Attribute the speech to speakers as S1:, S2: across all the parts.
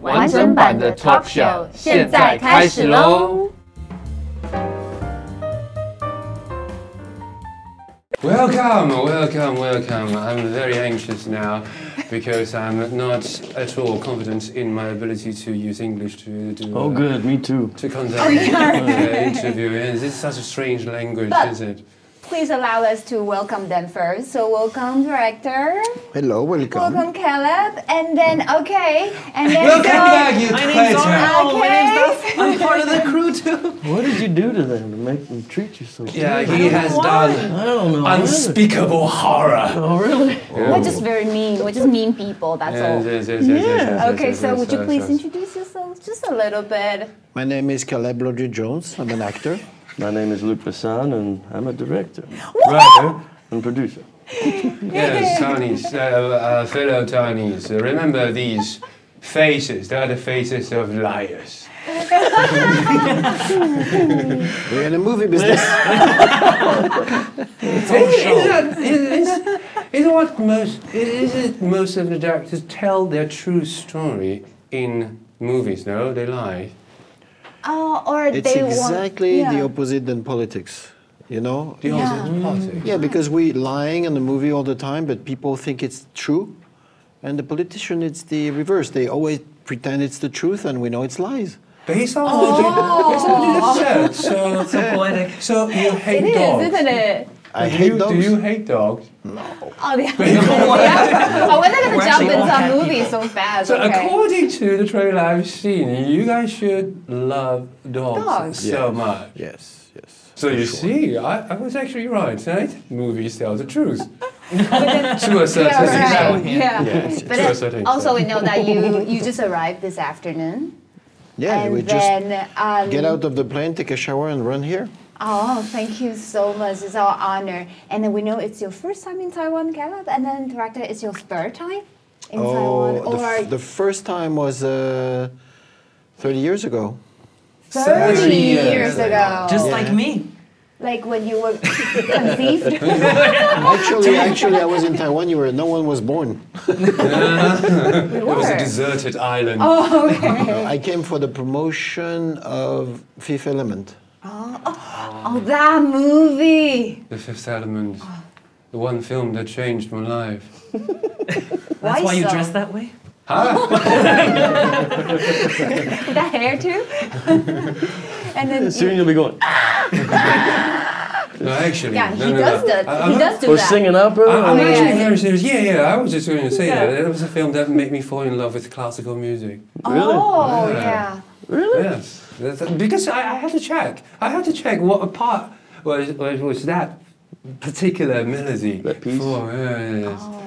S1: 完整版的 talk show 现在开始喽！
S2: Welcome, welcome, welcome. I'm very anxious now because I'm not at all confident in my ability to use English to do
S3: Oh,
S2: uh,
S3: good. Me too.
S2: to conduct the interview. It's, it's such a strange language,
S4: But-
S2: isn't it?
S4: Please allow us to welcome them first. So welcome, director.
S5: Hello, welcome.
S4: Welcome, Caleb. And then okay, and then
S2: Welcome
S4: so,
S2: back, you traitor!
S4: Okay.
S3: I'm part of the crew too. What did you do to them to make them treat you so?
S2: Yeah, he has done
S3: I don't know.
S2: unspeakable horror.
S3: Oh, really?
S4: We're just very mean. We're just mean people. That's
S2: Yes,
S4: all.
S2: yes, yes, yes, yes, yes, yes,
S4: Okay,
S2: yes,
S4: so
S2: yes,
S4: would you
S2: yes, yes.
S4: please introduce yourself just a little bit?
S5: My name is Caleb Roger Jones. I'm an actor.
S3: My name is Luke Besson, and I'm a director, writer, and producer.
S2: Yes, Tani's, uh, uh, fellow Tani's, uh, remember these faces. They are the faces of liars.
S5: We're in the movie business.
S2: Is, that- is- is- is what most is it most of the directors tell their true story in movies? No, they lie.
S4: Oh, or
S5: It's
S4: they
S5: exactly
S4: want,
S5: the opposite than politics. You know?
S2: The opposite is politics.
S5: Yeah, because we lying in the movie all the time, but people think it's true. And the politician, it's the reverse. They always pretend it's the truth, and we know it's lies.
S2: Based
S4: Oh.
S2: on what you- based on what you just said. So,
S3: Poetic.
S2: so you hate
S4: It is,
S2: dogs.
S4: isn't it?
S5: I
S2: do,
S5: hate
S2: you,
S5: dogs.
S2: do you hate dogs?
S4: Oh, yeah. yeah. Oh, we're not gonna jump into our movie so fast.
S2: So
S4: okay.
S2: according to the trailer I've seen, you guys should love dogs,
S4: Dogs.
S2: so
S5: Yes.
S2: much.
S5: Yes, yes.
S2: So you see, I, I was actually right, right? Movies tell the truth. to a certain
S4: Yeah, right.
S2: extent.
S4: Yeah.
S5: Yes,
S4: But
S2: To a
S4: then
S2: certain extent.
S4: also, we know that you you just arrived this afternoon,
S5: Yeah,
S4: and
S5: we just
S4: then um,
S5: get out of the plane, take a shower, and run here.
S4: Oh, thank you so much. It's our honor. And then we know it's your first time in Taiwan, Caleb. And then, director, it's your third time in
S5: Oh,
S4: Taiwan.
S5: the,
S4: Or
S5: f- the first time was uh, 30 years ago.
S4: 30
S2: 30
S4: years,
S2: years
S4: ago.
S6: Just like me.
S4: like when you were conceived.
S5: Actually, actually, I was in Taiwan. You were no one was born.
S4: we
S2: It was a
S4: were.
S2: deserted island.
S4: Oh, okay.
S5: I came for the promotion of Fifth Element.
S4: Oh, that movie.
S2: The Fifth Element. The one film that changed my life.
S6: That's why you
S4: so?
S6: dress that way?
S4: That hair, too? and then.
S3: Soon you'll be going
S2: No, actually.
S4: yeah,
S2: no,
S4: he
S2: no,
S4: does
S2: no.
S4: that.
S2: I-
S4: he
S2: I'm-
S4: does do
S3: or
S4: that.
S3: singing opera.
S2: I- I'm
S4: Yeah,
S2: actually
S4: yeah.
S2: very serious. Yeah, yeah, I was just going to say that. It was a film that made me fall in love with classical music.
S3: really?
S4: Oh,
S2: Yeah.
S4: yeah.
S3: Really?
S2: Yes. That's- Because I, I had to check. I had to check what a part was, was, was that particular melody.
S3: That piece?
S2: For, yeah, yes.
S4: Oh.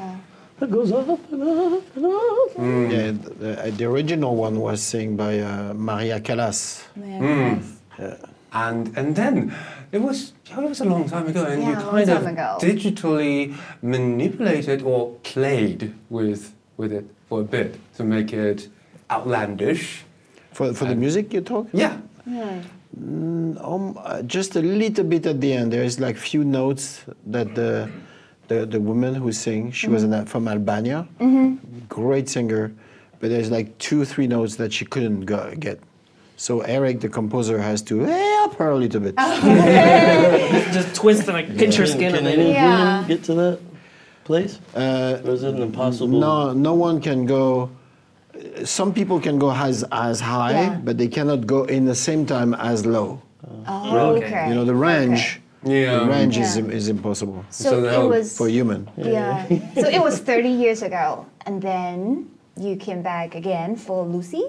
S3: It goes up and up and up.
S5: Yeah, uh, the, the original one was sung by uh, Maria Callas.
S4: Man, yes.
S2: and and then it was it was a long time ago, and you
S4: Yeah, a long
S2: kind of
S4: time ago.
S2: digitally manipulated or played with with it for a bit to make it outlandish.
S5: For, for the music you talk?
S2: Yeah.
S5: Um, uh, just a little bit at the end. There is like few notes that the the, the woman who sing, she was an, from Albania, great singer, but there's like two three notes that she couldn't go, get. So Eric, the composer, has to eh, up her a little bit.
S6: Just twist and like pinch your skin
S3: Can
S6: and
S3: any
S6: then.
S4: Yeah.
S3: human get to that place?
S5: Uh,
S3: Or is it an impossible?
S5: No, no one can go. Some people can go as as high,
S4: Yeah.
S5: but they cannot go in the same time as low.
S4: Oh, okay.
S5: You know, the range,
S2: Yeah.
S5: the range is
S4: Yeah.
S5: is impossible
S4: So,
S2: So that
S4: it
S2: would-
S4: was
S5: for human.
S4: Yeah. so it was 30 years ago. And then you came back again for Lucy.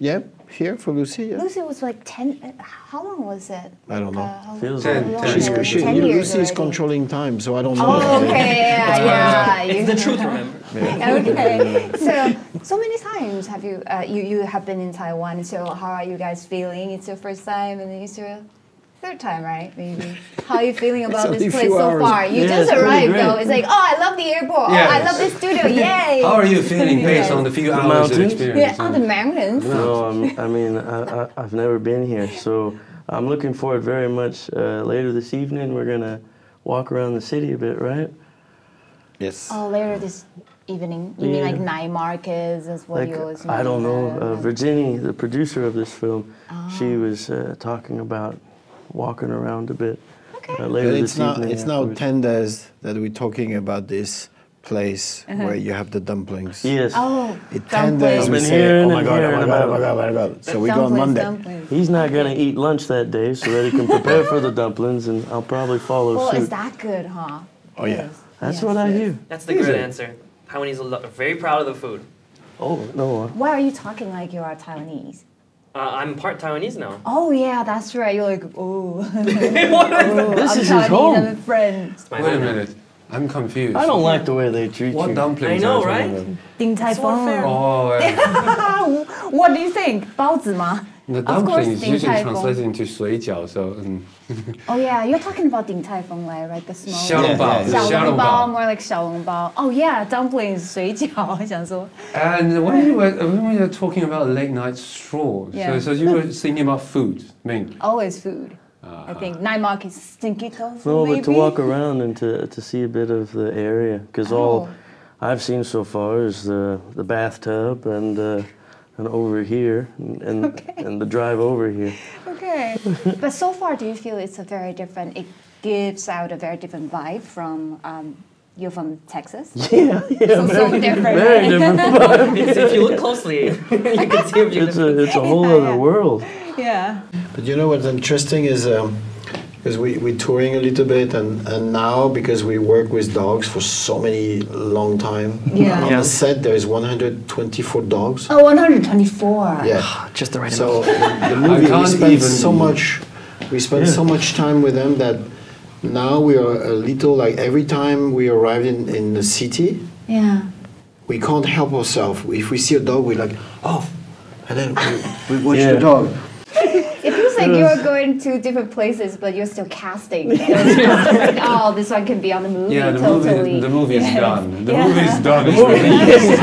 S5: Yeah, here for Lucy. Yeah.
S4: Lucy was like 10. uh, How long was it?
S5: I don't know.
S4: Uh, how-
S3: Feels
S4: how
S3: like
S4: long
S2: ten.
S4: it
S5: She's,
S4: was?
S5: she,
S4: 10 years
S5: Lucy is
S4: already.
S5: controlling time, so I don't know.
S4: Oh, okay. Yeah, yeah.
S6: It's
S4: you-
S6: the truth, remember?
S4: okay. So, so many times have you, uh, you you have been in Taiwan. So, how are you guys feeling? It's your first time in Israel. Third time, right? Maybe. How are you feeling about
S5: only
S4: this
S5: a
S4: place
S5: few
S4: so
S5: hours.
S4: far? You
S3: Yeah,
S4: just
S3: it's pretty
S4: arrived,
S3: great.
S4: though. It's like, oh, I love the airport. Oh, I
S7: Yes.
S4: love the studio. Yay!
S7: How are you feeling based on the few
S3: The
S7: hours of
S3: mountains?
S4: Yeah,
S7: experience?
S4: oh, the mountains.
S3: No, I'm, um, I mean, I, I, I've never been here, so I'm looking forward very much. Uh, later this evening, we're gonna walk around the city a bit, right?
S5: Yes.
S4: Oh, later this evening. You mean
S3: Yeah.
S4: like night markets? That's what
S3: Like
S4: you always
S3: I don't know,
S4: mean,
S3: uh, Virginie, the producer of this film, she
S4: Oh.
S3: was uh, talking about walking around a bit uh, later
S5: But
S3: this
S5: it's now
S3: evening.
S5: it's now
S3: afterwards.
S5: ten days that we're talking about this place where you have the dumplings.
S3: Yes.
S4: Oh,
S5: In ten days
S4: Uh-huh. dumplings.
S5: we
S3: Been
S5: say,
S3: hearing
S5: oh my
S3: and
S5: god, oh my
S3: hearing
S5: god, oh
S3: about
S5: my
S3: it.
S5: god, oh my god. So we go on Monday.
S4: dumplings.
S3: He's not gonna eat lunch that day, so that he can prepare for the dumplings, and I'll probably follow
S4: Well,
S3: suit.
S4: is that good, huh?
S5: Oh yeah.
S3: That's what I hear.
S6: That's the good answer. Taiwanese are lo- are very proud of the food.
S3: Oh no, uh,
S4: Why are you talking like you are Taiwanese?
S6: Uh, I'm part Taiwanese now.
S4: Oh yeah, that's right. You're like, oh,
S3: this
S4: I'm
S3: is his
S4: Chinese. I'm a
S3: home.
S4: friend.
S6: My
S7: Wait a
S6: home.
S7: minute. I'm confused.
S3: I don't like the way they treat
S7: What
S3: you.
S7: dumplings?
S6: I know,
S7: are
S6: right?
S7: talking about?
S4: Ding Tai Fung.
S7: Oh, uh,
S4: What do you think? 包子吗?
S7: the
S4: Of course,
S7: dumpling is
S4: Din
S7: usually
S4: Tai Fung.
S7: translated into 水饺, so. mm.
S4: Oh yeah, you're talking about Ding Tai Fung, right? Like the small.
S7: 小笼包,
S5: Yeah, yeah.
S4: 小笼包,
S7: 小笼包.
S4: more like 小笼包. Oh yeah, dumplings, 水饺。我想说,
S7: And when you were when we were talking about late night stroll,
S4: Yeah.
S7: so, so you were thinking about food mainly.
S4: always food. I think night market stinky
S3: Uh-huh.
S4: tofu.
S3: No, but
S4: maybe?
S3: to walk around and to, to see a bit of the area, because all
S4: Oh.
S3: I've seen so far is the the bathtub and uh, and over here and and, and the drive over here.
S4: Okay. but so far, do you feel it's a very different, it gives out a very different vibe from, um, you're from Texas?
S3: Yeah, yeah,
S4: so, so different.
S3: very
S4: right?
S3: different.
S6: It's- if you look closely, you can see if
S3: It's
S6: you
S3: a it's a whole other world.
S4: Yeah.
S5: But you know what's interesting is because we we touring a little bit and and now because we work with dogs for so many long time.
S4: Yeah.
S5: On
S3: Yeah.
S5: the set there is 124 dogs.
S4: Oh, 124.
S5: Yeah.
S3: Just the right
S5: So the
S7: I
S5: movie we
S7: can't
S5: spent
S7: even-
S5: so much we spent so much time with them that now we are a little like every time we arrive in, in the city
S4: Yeah.
S5: we can't help ourselves. If we see a dog, we're like, oh, and then we, we watch
S3: Yeah.
S5: the dog.
S4: It feels like you're going to different places, but you're still casting. Like, oh, this one can be on the movie.
S7: Yeah, the
S4: totally.
S7: movie the movie is done. The
S4: Yeah.
S7: movie is done. It's released.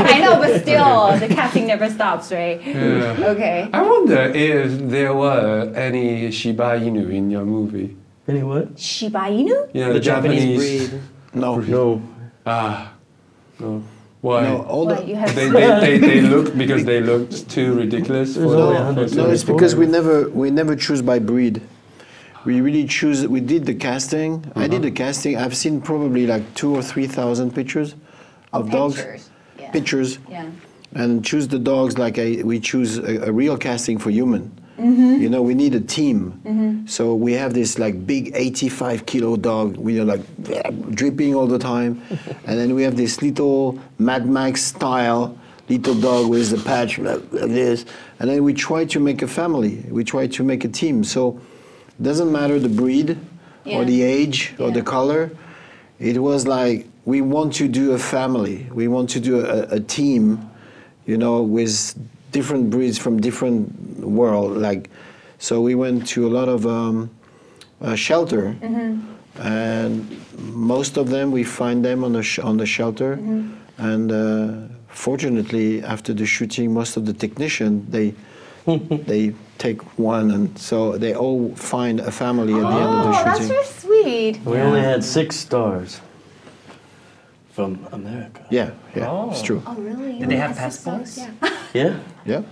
S4: I know, but still, the casting never stops, right?
S7: Yeah.
S4: Okay.
S7: I wonder if there were any Shiba Inu in your movie.
S3: Any what?
S4: Shiba Inu?
S7: You know, the, Japanese,
S3: breed.
S5: No,
S3: No.
S7: Ah,
S3: No.
S7: why?
S5: no, all the,
S4: What, you have
S7: They, they, they, they looked because they looked too ridiculous for
S3: There's only
S7: for
S3: 100
S7: some
S5: no. It's
S7: people.
S5: because we never we never choose by breed. We really choose. We did the casting. I did the casting. I've seen probably like two or three thousand pictures of dogs,
S4: Pictures. Yeah.
S5: pictures,
S4: Yeah.
S5: and choose the dogs like I, we choose a, a real casting for human. You know, we need a team. So we have this like big 85 kilo dog, we are like dripping all the time. and then we have this little Mad Max style little dog with the patch like, like this. And then we try to make a family, we try to make a team. So it doesn't matter the breed
S4: Yeah.
S5: or the age or the
S4: Yeah.
S5: color. It was like we want to do a family, we want to do a, a team, you know, with different breeds from different world. Like, so we went to a lot of um, uh, shelter,
S4: Mm-hmm.
S5: and most of them we find them on the sh- on the shelter,
S4: Mm-hmm.
S5: and. Uh, Fortunately, after the shooting, most of the technician they they take one, and so they all find a family at the end of
S4: Oh,
S5: the
S4: that's
S5: shooting.
S4: so sweet.
S3: We only had six stars from America.
S5: Yeah, yeah, it's true.
S4: Oh, really?
S6: Did they have passports?
S3: Yeah.
S5: Yeah.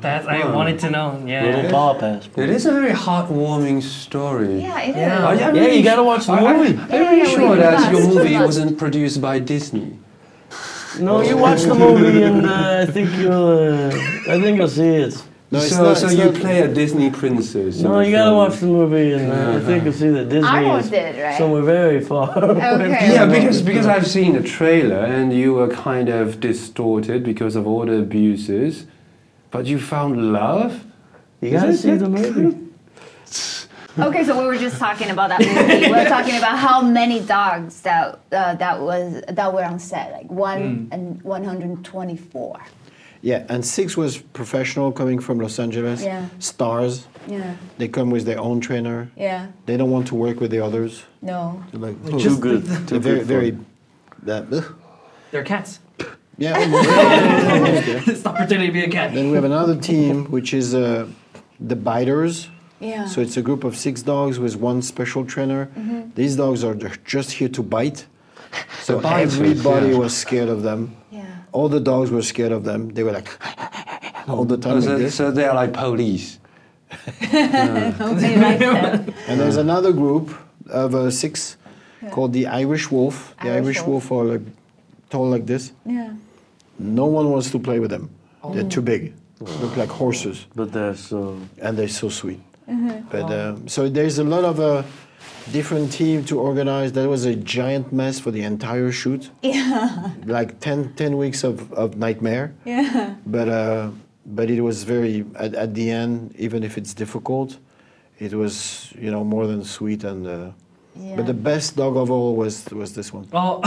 S6: That's I wanted to know. Yeah.
S3: Little ball passport.
S7: It is a very heartwarming story.
S4: Yeah, it is.
S6: Yeah.
S7: I- I'm
S3: Yeah,
S7: really
S3: you gotta watch the
S7: I- I-
S3: movie.
S7: I'm really
S4: yeah, we
S7: sure that
S4: must,
S7: your
S4: we
S7: movie
S4: must.
S7: wasn't produced by Disney. Oh.
S3: No, you watch the movie and uh, I think you'll. Uh, I think you'll see it.
S5: No, it's
S7: so
S5: not-
S7: so
S5: it's
S7: you
S5: not-
S7: play a Disney princess.
S3: No,
S7: in the
S3: you gotta
S7: film.
S3: watch the movie and uh, I think you'll see that Disney
S4: Arnold
S3: is
S4: did it, right? Oh.
S3: somewhere very far.
S4: Okay.
S7: Yeah, because because I've seen the trailer and you were kind of distorted because of all the abuses, but you found love.
S3: You gotta
S7: Is it
S3: see
S7: that
S3: the movie.
S4: Okay, so we were just talking about that movie. we were talking about how many dogs that uh, that was that were on set, like one
S5: Hmm.
S4: and one hundred twenty-four.
S5: Yeah, and six was professional coming from Los Angeles.
S4: Yeah.
S5: Stars.
S4: Yeah.
S5: They come with their own trainer.
S4: Yeah.
S5: They don't want to work with the others.
S4: No.
S5: They're like,
S3: Too good.
S5: they're
S3: Too
S5: very,
S3: good
S5: very.
S3: for-
S5: That, ugh.
S6: They're cats.
S5: yeah. almost. Yeah.
S6: It's the opportunity to be a cat.
S5: Then we have another team, which is uh, the Biters.
S4: Yeah.
S5: So it's a group of six dogs with one special trainer.
S4: Mm-hmm.
S5: These dogs are ju- just here to bite. So
S7: biters,
S5: everybody
S7: yeah.
S5: was scared of them.
S4: Yeah.
S5: All the dogs were scared of them. They were like all the time.
S7: Oh,
S5: like
S7: so,
S5: this.
S7: so they are like police.
S4: Nobody likes them.
S5: And there's another group of uh, six called the Irish Wolf. The
S4: Irish
S5: Irish, Wolf, are like tall like this.
S4: Yeah.
S5: No one wants to play with them. They're too big. Look like horses,
S3: But uh, they're so.
S5: and they're so sweet.
S4: Mm-hmm.
S5: But um, so there's a lot of uh, different team to organize. That was a giant mess for the entire shoot. Yeah. Like 10, 10 weeks of, of nightmare.
S4: Yeah.
S5: But uh, but it was very at, at the end, even if it's difficult, it was you know more than sweet and. Uh,
S4: Yeah.
S5: But the best dog of all was was this one.
S6: Well,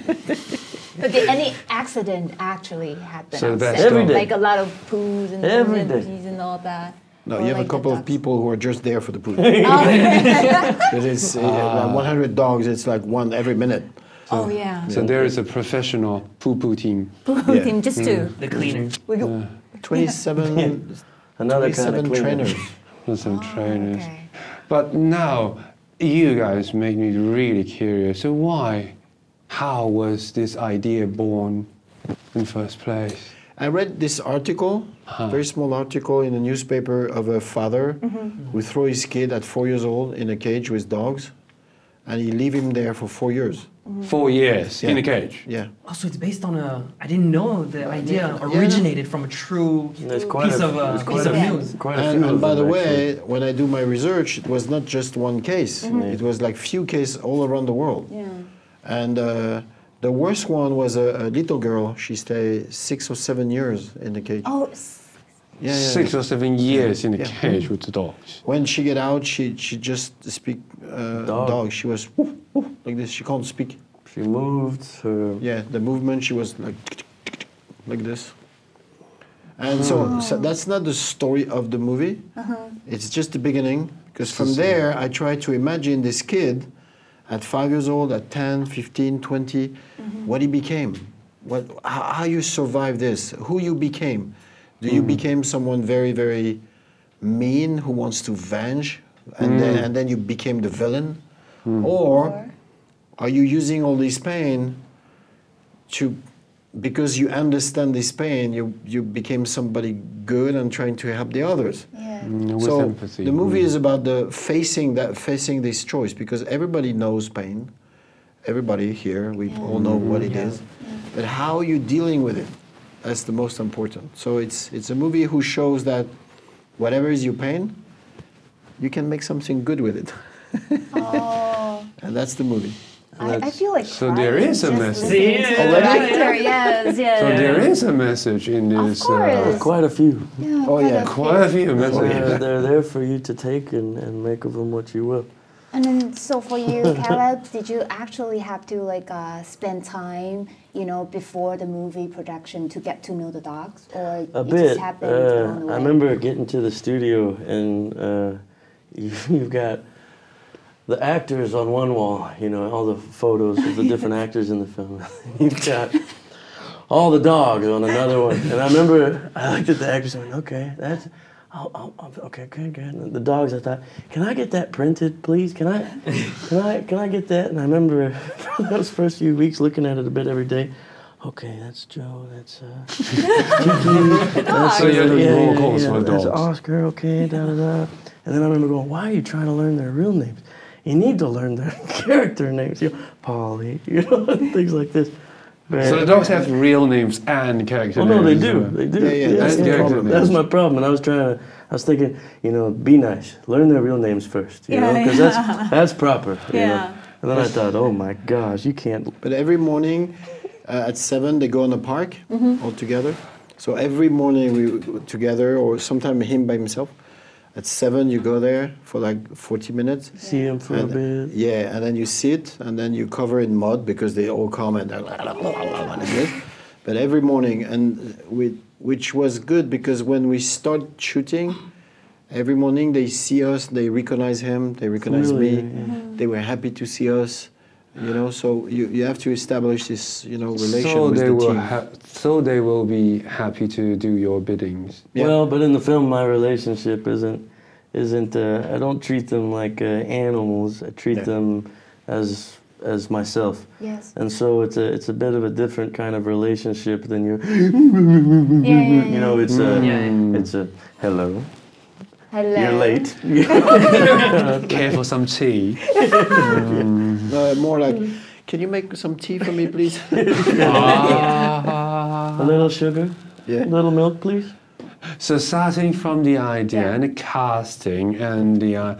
S4: But did any accident actually happen?
S7: So
S4: on
S7: that's
S4: set?
S3: Every done. day.
S4: Like a lot of poos and
S3: Every day.
S4: pees and all that.
S5: No,
S4: Or
S5: you have a
S4: like the
S5: couple of
S4: Oh, dogs. Oh.
S5: people who are just there for the poo. Because it's uh, like 100 dogs, it's like one every minute. uh,
S4: Oh yeah.
S7: So there is a professional poo poo team.
S5: Yeah. Hmm.
S4: Putin, just to
S6: the cleaner.
S4: we go.
S5: 27,
S3: Another kind of
S5: 27
S3: cleaner.
S5: trainers.
S7: That's some trainers.
S4: Oh, okay.
S7: But now you guys make me really curious. So why, how was this idea born in first place?
S5: I read this article,
S3: Uh-huh.
S5: very small article in a newspaper of a father who threw his kid at four years old in a cage with dogs, and he leave him there for four years.
S7: Four years in
S5: Yeah.
S7: a cage.
S5: Yeah.
S6: Oh, so it's based on a. I didn't know the idea
S5: yeah.
S6: originated from a true
S3: There's
S6: piece
S3: quite a,
S6: of uh,
S3: there's quite
S6: piece
S3: a
S6: of
S3: few-
S6: news.
S3: Quite a
S5: And,
S3: few
S5: and
S3: of
S5: by the
S3: them, actually.
S5: way, when I do my research, it was not just one case. It was like few cases all around the world. And uh, the worst one was a, a little girl. She stayed six or seven years in the cage.
S4: Oh, s-
S5: Yeah, yeah,
S7: Six
S5: yeah.
S7: or seven years in a
S5: Yeah.
S7: cage with the dogs.
S5: When she get out, she she just speak uh, dog.
S3: Dog.
S5: She was woof, woof, like this. She can't speak.
S3: She moved her.
S5: Yeah, the movement. She was like like this. And so, so that's not the story of the movie. It's just the beginning. Because from there, I try to imagine this kid at five years old, at 10, 15, 20, what he became. What, how, how you survive this, who you became. Do you became someone very, very mean who wants to venge, and, then, and then you became the villain? Or are you using all this pain to because you understand this pain you you became somebody good and trying to help the others
S4: yeah.
S7: Mm, With
S5: so
S7: empathy.
S5: the movie
S7: Mm.
S5: is about the facing that facing this choice because everybody knows pain everybody here we all know what it
S7: Mm-hmm.
S5: is, but how are you dealing with it that's the most important so it's it's a movie who shows that whatever is your pain you can make something good with it
S4: Oh,
S5: and that's the movie
S4: I, I feel like.
S7: So there
S4: crying
S7: is a
S4: just
S7: message.
S6: See,
S4: listening to
S6: yeah,
S4: the
S6: yeah,
S4: actor, yes, yes.
S7: So there is a message in
S4: Of
S7: this. uh,
S4: course.
S3: Quite a few.
S4: Yeah,
S5: Oh,
S4: quite
S5: yeah.
S4: a few.
S7: quite a few messages.
S3: They're, they're there for you to take and, and make of them what you will.
S4: And then, so for you, Caleb, did you actually have to like uh, spend time, you know, before the movie production to get to know the dogs, or
S3: A
S4: it
S3: bit.
S4: just happened
S3: uh,
S4: along the way?
S3: I remember getting to the studio and uh, you, you've got the actors on one wall, you know, all the photos of the different actors in the film. you've got all the dogs on another one. And I remember I looked at the actors and went, okay, that's. Oh, oh, oh, okay, good, good. And the dogs. I thought, can I get that printed, please? Can I, can I, can I get that? And I remember for those first few weeks looking at it a bit every day. Okay, that's Joe. That's uh,
S7: So you're doing
S3: yeah,
S7: roll
S3: yeah,
S7: calls
S3: yeah,
S7: for
S3: that's
S7: dogs.
S3: Oscar, okay, da da da. And then I remember going, why are you trying to learn their real names? You need to learn their character names. You know, Polly, you know, things like this.
S7: So the dogs have real names and character
S3: Oh
S7: names.
S3: no, they do.
S7: uh,
S3: They do.
S5: Yeah, yeah, that's
S7: the problem.
S3: That was my problem. And I was trying to. I was thinking, you know, be nice. Learn their real names first. You know,
S4: Yeah,
S3: because that's that's proper. You
S4: Yeah.
S3: know? And then I thought, oh my gosh, you can't.
S5: But every morning uh, at seven, they go in the park all together. So every morning we w- together, or sometimes him by himself. At At seven, you go there for like 40 minutes.
S3: See him for a
S5: And,
S3: bit.
S5: yeah, and then you sit, and then you cover in mud because they all come and they're like, and this. but every morning, and we, which was good because when we start shooting, every morning they see us, they recognize him, they recognize me,
S3: Familiar, yeah.
S5: they were happy to see us, you know. So you, you have to establish this, you know, relation
S7: So
S5: with
S7: they
S5: the
S7: will
S5: team.
S7: ha- so they will be happy to do your biddings.
S5: Yeah.
S3: Well, but in the film, my relationship isn't isn't. Uh, I don't treat them like uh, animals. I treat
S5: No.
S3: them as as myself.
S4: Yes.
S3: And so it's a it's a bit of a different kind of relationship than you.
S4: Yeah, yeah,
S3: You know, it's a
S6: Yeah.
S3: it's a hello.
S4: Hello.
S3: You're late.
S7: Care for some tea.
S5: Uh, more like, can you make some tea for me, please?
S6: Uh-huh.
S3: a little sugar.
S5: Yeah.
S3: A little milk, please.
S7: So starting from the idea
S4: Yeah.
S7: and the casting and the uh,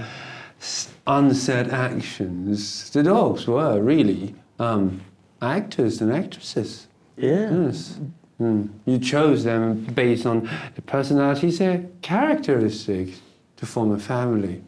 S7: s- unsaid actions, the dogs were really um, actors and actresses.
S3: Yeah.
S7: Yes. Mm. You chose them based on the personalities, their characteristics to form a family.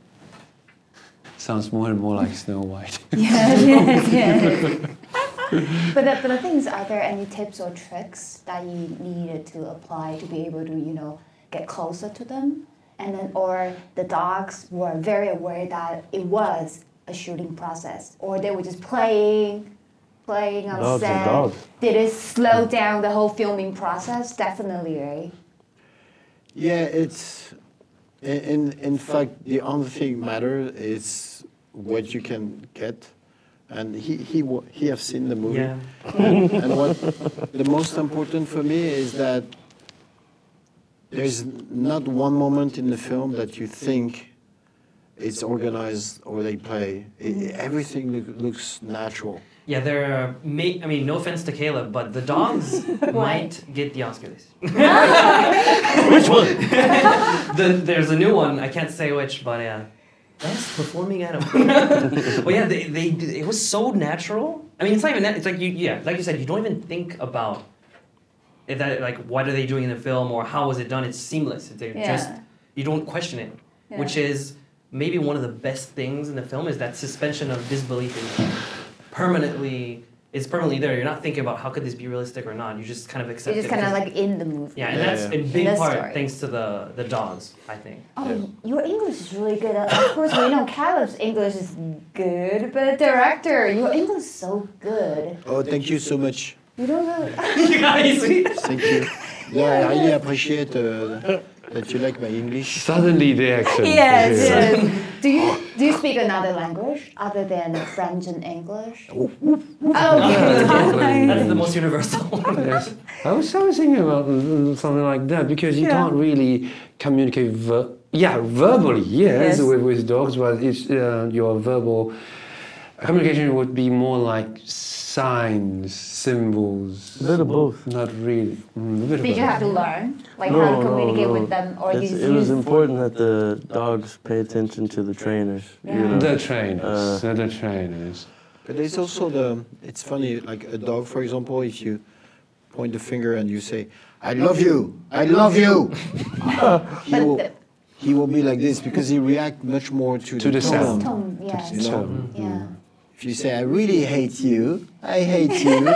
S7: Sounds more and more like Snow White.
S4: But the, but the thing is, are there any tips or tricks that you needed to apply to be able to, you know, get closer to them? And then, or the dogs were very aware that it was a shooting process, or they were just playing, playing on
S3: Dogs are
S4: set.
S3: dogs.
S4: Did it slow down the whole filming process? Definitely, right?
S5: Yeah, it's in in, in fact the only thing matter is what you can get, and he he wa- he have seen the movie,
S6: Yeah.
S5: and what the most important for me is that there's not one moment in the film that you think it's organized or they play. I I- everything loo- looks natural.
S6: Yeah, they're. uh, Ma- I mean, no offense to Caleb, but the dogs might get the Oscar this. Which one? the, there's a new one. I can't say which, but uh, yeah, best performing animal. well, yeah, they, they did- it was so natural. I mean, it's not even that. It's like you, yeah, like you said, you don't even think about if that. Like, what are they doing in the film, or how was it done? It's seamless. They
S4: Yeah.
S6: just you don't question it, which is maybe one of the best things in the film is that suspension of disbelief is permanently is permanently there. You're not thinking about how could this be realistic or not. You just kind of
S4: You're
S6: accept
S4: just
S6: it.
S4: kind of
S6: because-
S4: like in the movie.
S6: yeah, and
S5: Yeah,
S6: that's
S5: yeah.
S6: in big
S4: In the
S6: part
S4: story.
S6: thanks to the the dogs, I think.
S4: Oh, your English is really good. Uh, Of course, we know Caleb's English is good, but director, your English is so good.
S5: Oh, thank you so much.
S4: You don't know.
S6: you guys.
S5: Thank you. Yeah, I really appreciate uh, that you like my English.
S7: Suddenly the accent. is
S4: Yes,
S7: here.
S4: yes. Do you do you speak another language other than French and English? Oh, okay.
S6: That's the most universal one.
S7: Yes. I was, I was thinking about l- l- something like that because you can't really communicate. Ver- yeah, verbally,
S4: Yes.
S7: yes, With, with dogs, but it's uh, your verbal communication would be more like signs, symbols.
S3: A bit of both.
S7: Not really. Mm, a bit of
S4: Did you
S7: both.
S4: have to learn like how to communicate with them, or you
S3: It's-
S4: just
S3: it was
S4: use
S3: important that the dogs pay attention to the trainers. You know?
S7: The trainers. the trainers.
S5: But there's also the, it's funny, like a dog, for example, if you point the finger and you say, I love you, I love you, he,
S4: But
S5: will,
S4: the-
S5: he will be like this because he react much more to,
S7: To
S5: tone.
S7: the sound.
S4: tone? Yes.
S5: You know?
S4: Yeah.
S5: If you say, I really hate you, I hate you,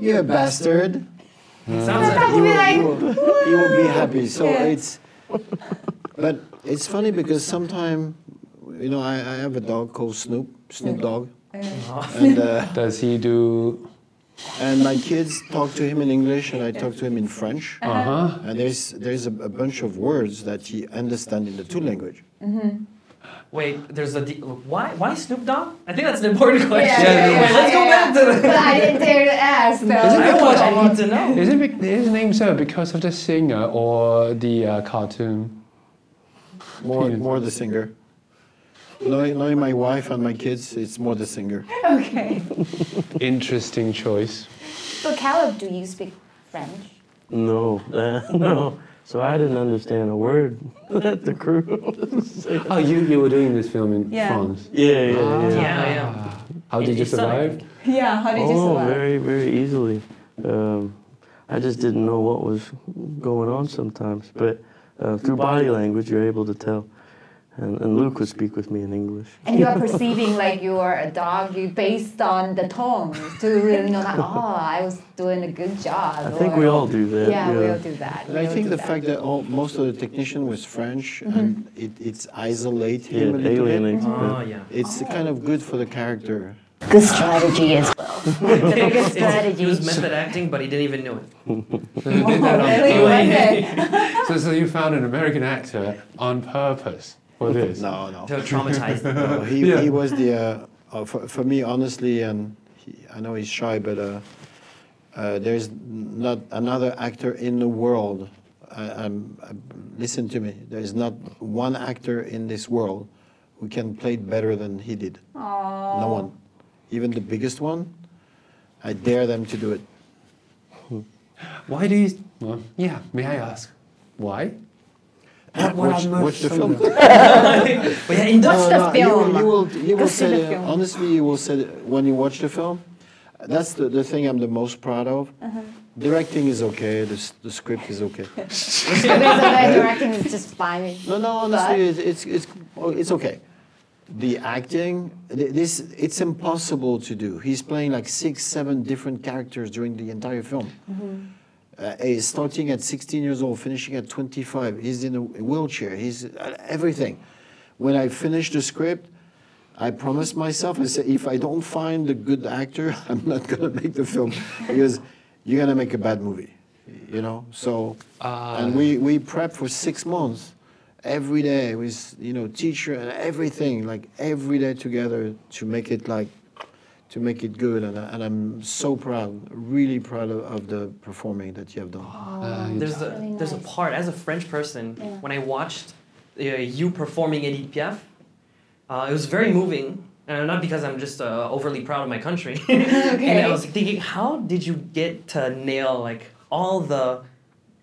S5: you're a bastard,
S6: Sounds like
S5: he will, he will- he will be happy. So it's, but it's funny because sometimes, you know, I, I have a dog called Snoop, Snoop Dog. And, uh,
S7: Does he do?
S5: and my kids talk to him in English, and I talk to him in French.
S7: Uh huh.
S5: And there's there's a, a bunch of words that he understand in the two language.
S6: wait, there's a D- why why Snoop Dogg? I think that's an important question.
S4: Yeah, yeah, yeah,
S6: Wait, let's go
S4: yeah,
S6: back to the
S4: But I didn't dare to ask
S6: I
S4: though.
S6: want, I want to know.
S7: Is it be- his name so because of the singer or the uh, cartoon?
S5: More more the singer. Knowing, knowing my wife and my kids, it's more the singer.
S4: Okay.
S7: Interesting choice.
S4: So Caleb, do you speak French?
S3: No, uh, no. So I didn't understand a word that the crew was saying.
S7: Oh, you, you were doing this film in
S4: Yeah.
S7: France.
S3: Yeah, yeah, yeah.
S6: Yeah, yeah.
S7: How did
S6: It-
S7: you
S6: it's not-
S7: survive?
S4: Yeah. How did
S3: Oh, very, very easily. Um, I just didn't know what was going on sometimes, but uh, through body language, you're able to tell. and, and Luke would speak with me in English.
S4: And you are perceiving like you are a dog. You based on the tone to really know that. Oh, I was doing a good job.
S3: I think we all do that.
S4: Yeah, we all do that.
S5: And I think the fact that all, most of the technician was French and it, it's isolate him a
S3: Yeah,
S5: little bit.
S3: alienates.
S6: Oh yeah.
S5: It's kind of good for the character.
S8: Good strategy as well.
S6: The
S8: biggest
S6: He
S8: strategy.
S6: was method acting, but he didn't even know it.
S7: You did that on
S4: Really?
S7: purpose.
S4: Okay.
S7: so, so you found an American actor on purpose for this?
S5: No, no.
S6: So traumatized.
S5: No, he,
S7: Yeah.
S5: he was the uh, uh, for, for me honestly and he, i know he's shy but uh, uh, there's not another actor in the world I, I'm, I, listen to me there's not one actor in this world who can play it better than he did no one even the biggest one i dare them to do it
S7: Why do you? Well, yeah. May I ask? Why? What, what
S5: watch,
S7: motivates
S5: watch the
S7: someone?
S5: film
S6: But yeah, in
S4: What's the
S5: Oh, you
S4: film?
S5: will- You will, you will
S4: Go see
S5: say,
S4: the film.
S5: honestly, you will say that when you watch the film, that's the, the thing I'm the most proud of.
S4: Uh-huh.
S5: Directing is okay, the, s- the script is okay.
S4: Because the directing is just fine.
S5: No, no, honestly, it's, it's, it's, oh, it's okay. The acting, th- this, it's impossible to do. He's playing like six, seven different characters during the entire film. Uh, he's starting at 16 years old, finishing at 25. He's in a wheelchair. He's uh, everything. When I finished the script, I promised myself. I said, if I don't find a good actor, I'm not gonna make the film because you're gonna make a bad movie. You know. So, and we we prepped for six months, every day with you know teacher and everything, like every day together to make it like to make it good. And, I, and I'm so proud, really proud of, of the performing that you have done.
S7: Uh, Um,
S6: there's a
S4: really
S6: there's a
S4: nice.
S6: part as a French person
S4: Yeah.
S6: when I watched uh, you performing Edith Piaf, uh, it was very moving. Uh, not because I'm just uh, overly proud of my country, and I was thinking, how did you get to nail like all the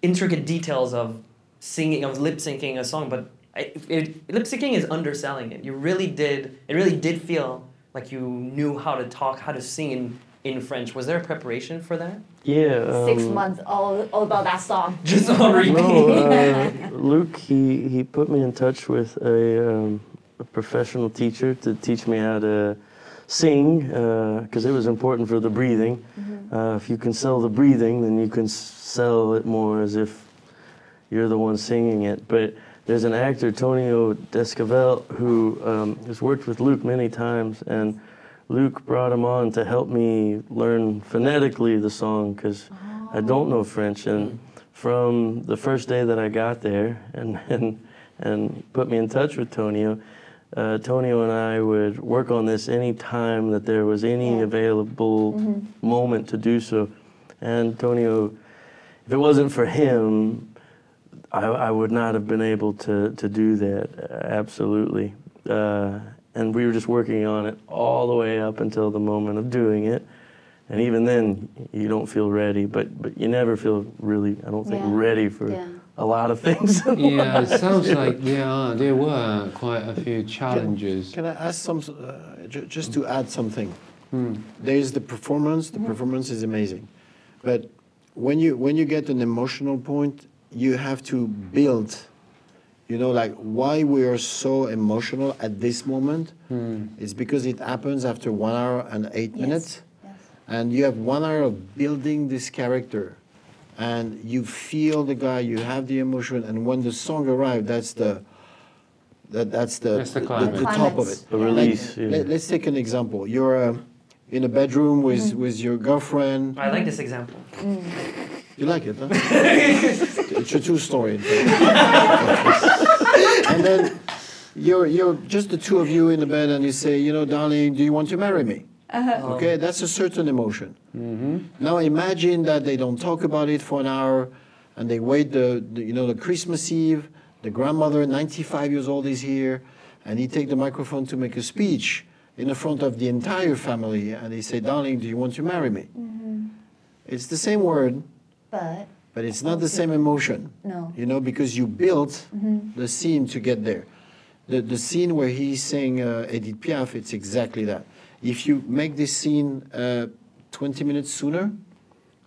S6: intricate details of singing of lip syncing a song? But I, it, lip syncing is underselling it. You really did. It really did feel like you knew how to talk, how to sing in, in French. Was there a preparation for that?
S3: Yeah. Um,
S4: Six months, all, all about that song.
S6: Just on repeat.
S3: No, uh, Luke, he, he put me in touch with a, um, a professional teacher to teach me how to sing, because it was important for the breathing. Uh, if you can sell the breathing, then you can s- sell it more as if you're the one singing it. But there's an actor, Tonio Descavel, who um, has worked with Luke many times, and Luke brought him on to help me learn phonetically the song because I don't know French. And from the first day that I got there, and and, and put me in touch with Tonio. Uh, Tonio and I would work on this any time that there was any available moment to do so. And Tonio, if it wasn't for him, I, I would not have been able to, to do that, uh, absolutely. Uh, and we were just working on it all the way up until the moment of doing it. And even then, you don't feel ready, but, but you never feel really, I don't think,
S4: Yeah.
S3: ready for
S4: Yeah.
S3: a lot of things.
S7: Yeah, it sounds like there are there were quite a few challenges.
S5: Can I ask some, uh, ju- just to add something?
S7: Hmm.
S5: There is the performance. The performance is amazing, but when you when you get an emotional point, you have to build. You know, like why we are so emotional at this moment
S7: Hmm.
S5: is because it happens after one hour and eight minutes, and you have one hour of building this character, and you feel the guy, you have the emotion, and when the song arrives, that's the that, that's the,
S7: That's the
S5: the,
S7: climax.
S5: the top of
S4: Climax.
S5: it.
S3: The release, yeah.
S5: let, us take an example. You're uh, in a bedroom with, with your girlfriend.
S6: I like this example.
S5: You like it, huh? it's a true story. in fact. and then you're, you're just the two of you in the bed and you say, you know, darling, do you want to marry me? Okay, that's a certain emotion. Now imagine that they don't talk about it for an hour and they wait the, the you know, the Christmas Eve, the grandmother, 95 years old is here, and he take the microphone to make a speech in the front of the entire family and he say, darling, do you want to marry me? It's the same word,
S4: But
S5: but it's not the same emotion.
S4: No.
S5: You know, because you built the scene to get there. The, the scene where he sang uh, Edith Piaf, it's exactly that. If you make this scene uh, 20 minutes sooner,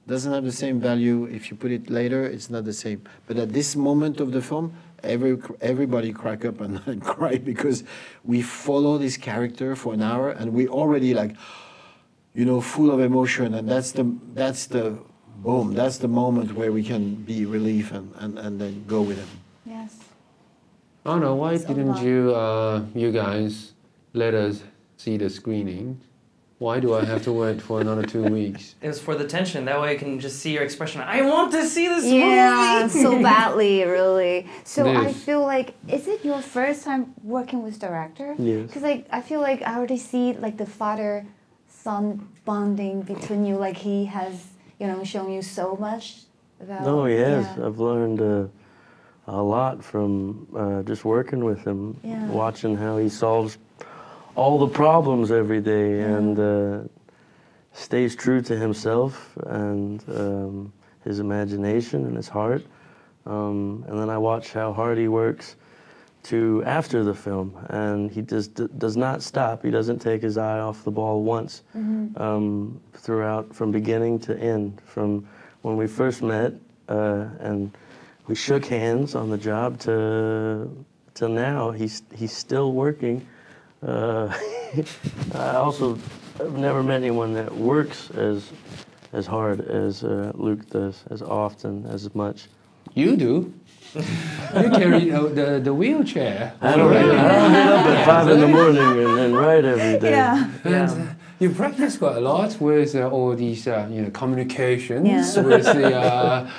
S5: doesn't have the same value. If you put it later, it's not the same. But at this moment of the film, every everybody crack up and, and cry because we follow this character for an hour and we already like you know full of emotion and that's the that's the boom that's the moment where we can be relief and, and, and then go with him
S4: Yes.
S7: I don't know why
S4: So
S7: didn't
S4: long.
S7: you uh, you guys let us see the screening? Why do I have to wait for another two weeks?
S6: It was for the tension. That way I can just see your expression. I want to see this
S4: Yeah,
S6: movie.
S4: so badly, really. So I
S7: Yes.
S4: feel like, is it your first time working with director?
S3: Yes.
S4: Because like I feel like I already see like the father son bonding between you. Like he has, you know, shown you so much about.
S3: No, Oh, he has.
S4: Yeah.
S3: I've learned uh, a lot from uh, just working with him,
S4: Yeah.
S3: watching how he solves all the problems every day and uh, stays true to himself and um, his imagination and his heart. Um, and then I watch how hard he works to after the film, and he just d- does not stop. He doesn't take his eye off the ball once um, throughout, from beginning to end. From when we first met uh, and we shook hands on the job to till now, he's he's still working. Uh, I also have never met anyone that works as as hard as uh, Luke does, as often, as much.
S7: You do. you carry uh, the, the wheelchair.
S3: I don't, I don't get up at five in the morning and then write every day.
S4: Yeah.
S7: And,
S6: Yeah.
S7: uh, you practice quite a lot with uh, all these uh, you know, communications
S4: Yeah.
S7: with the uh,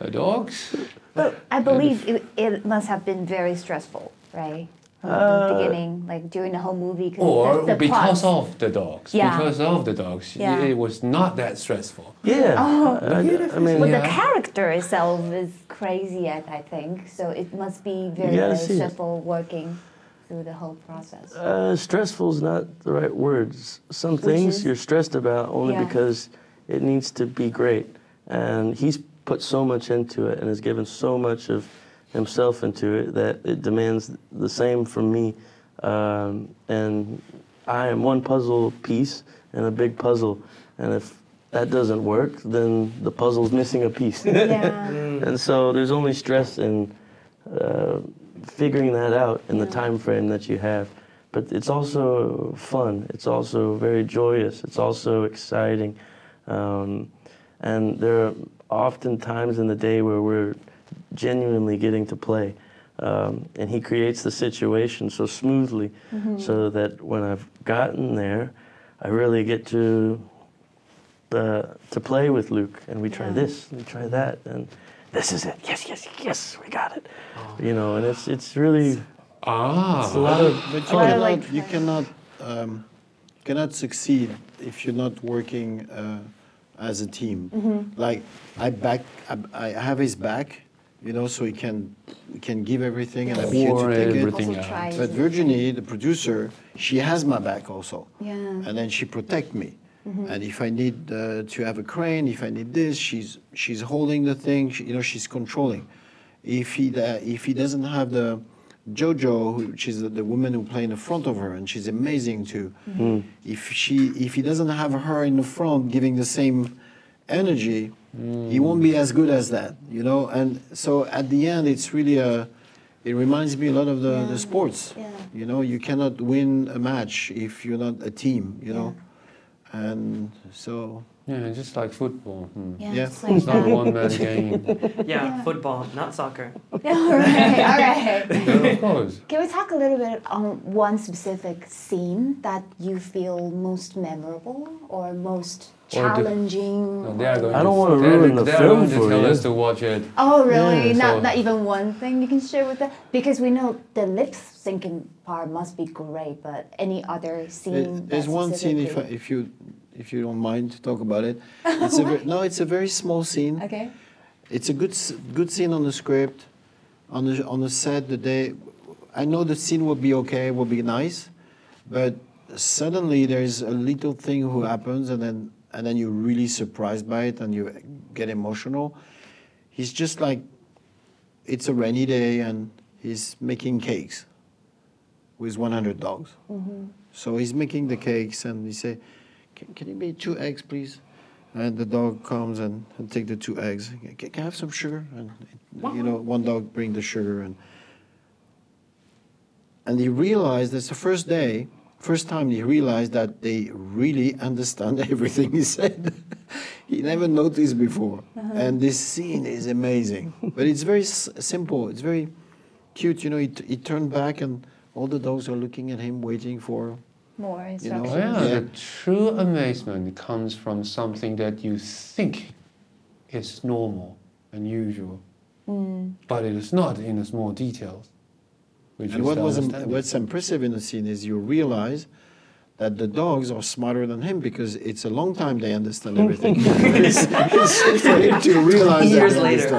S7: uh, dogs.
S4: But I believe it, it must have been very stressful, right? From the
S3: Uh,
S4: beginning, like during the whole movie,
S7: Or
S4: that's the
S7: Oh, because
S4: plot.
S7: of the dogs.
S4: Yeah.
S7: Because of the dogs.
S4: Yeah.
S7: It was not that stressful.
S3: Yeah. I, I mean,
S4: But
S7: Yeah.
S4: Oh, the character itself is crazy, I, I think. So it must be very,
S3: gotta
S4: very
S3: see it.
S4: stressful working through the whole process.
S3: uh, stressful is not the right word. S- Some
S4: Which
S3: things
S4: is-
S3: you're stressed about only
S4: Yeah.
S3: because it needs to be great. And he's put so much into it and has given so much of himself into it that it demands the same from me. Um, and I am one puzzle piece in a big puzzle. And if that doesn't work, then the puzzle's missing a piece.
S4: yeah.
S6: Mm,
S3: And so there's only stress in uh, figuring that out in the time frame that you have. But it's also fun. It's also very joyous. It's also exciting. Um, and there are often times in the day where we're genuinely getting to play. Um, and he creates the situation so smoothly
S4: Mm-hmm.
S3: so that when I've gotten there, I really get to the to play with Luke, and we try
S4: Yeah.
S3: this, and we try that, and this is it. Yes, yes, yes, we got it.
S6: Oh.
S3: You know, and it's it's really
S7: Ah.
S3: it's a lot of
S5: But you
S4: I
S5: cannot,
S4: like
S5: you
S4: that.
S5: cannot, um, cannot succeed if you're not working uh, as a team.
S4: Mm-hmm.
S5: Like I back, I, I have his back, you know, so he can, he can give everything, and I'm here
S7: Pour
S5: to take
S7: everything
S5: it.
S4: Also try
S5: But
S4: to-
S5: Virginie, the producer, she has my back also,
S4: Yeah.
S5: and then she protect me. And if I need uh, to have a crane, if I need this, she's she's holding the thing. She, you know, she's controlling. If he da- if he doesn't have the Jojo, who- which is the, the woman who play in the front of her, and she's amazing too. If she if he doesn't have her in the front giving the same energy, he won't be as good as that. You know, and so at the end, it's really a. It reminds me a lot of the, the sports.
S4: Yeah.
S5: You know, you cannot win a match if you're not a team, you know? And so,
S7: Yeah, just like football. Hmm.
S4: Yeah,
S5: Yeah.
S4: just like
S7: It's not a
S4: that.
S7: one man game.
S6: yeah, football, not soccer.
S4: all right, all right.
S7: Yeah, of course.
S4: Can we talk a little bit on one specific scene that you feel most memorable or most
S7: Or the-
S4: challenging?
S7: No, they are going
S3: I don't
S7: to-
S3: wanna
S7: they're-
S3: ruin the
S7: they're
S3: film
S7: going to
S3: for
S7: tell
S3: you.
S7: us to watch it.
S4: Oh, really?
S3: Yeah,
S4: not
S7: so-
S4: not even one thing you can share with us? Because we know the lip syncing part must be great, but any other
S5: there-
S4: scene?
S5: there's
S4: that
S5: one scene, if, I,
S4: Mm, specifically-
S5: if, you, if you don't mind to talk about it. It's a ver- no, it's a very small scene.
S4: Okay.
S5: It's a good, s- good scene on the script. On the, on the set, the day, I know the scene will be okay, will be nice, but suddenly there's a little thing who happens and then, and then you're really surprised by it and you get emotional. He's just like it's a rainy day and he's making cakes with 100 dogs. So he's making the cakes and he say, can, can you make two eggs, please? And the dog comes and, and take the two eggs. Can, can I have some sugar? And, you know, one dog bring the sugar and And he realized it's the first day, first time he realized that they really understand everything he said. he never noticed before. And this scene is amazing. but it's very s- simple, it's very cute. You know, he, t- he turned back and all the dogs are looking at him, waiting for.
S9: More
S5: You know,
S9: instructions.
S7: Yeah,
S5: Yeah.
S7: the true amazement comes from something that you think is normal and usual, but it is not in the small details. Which
S5: And
S7: is
S5: what
S7: the
S5: was im-
S7: understanding.
S5: what's impressive in the scene is you realize that the dogs are smarter than him because it's a long time they understand everything. it's, it's for him to realize
S6: Years
S5: that they
S6: later.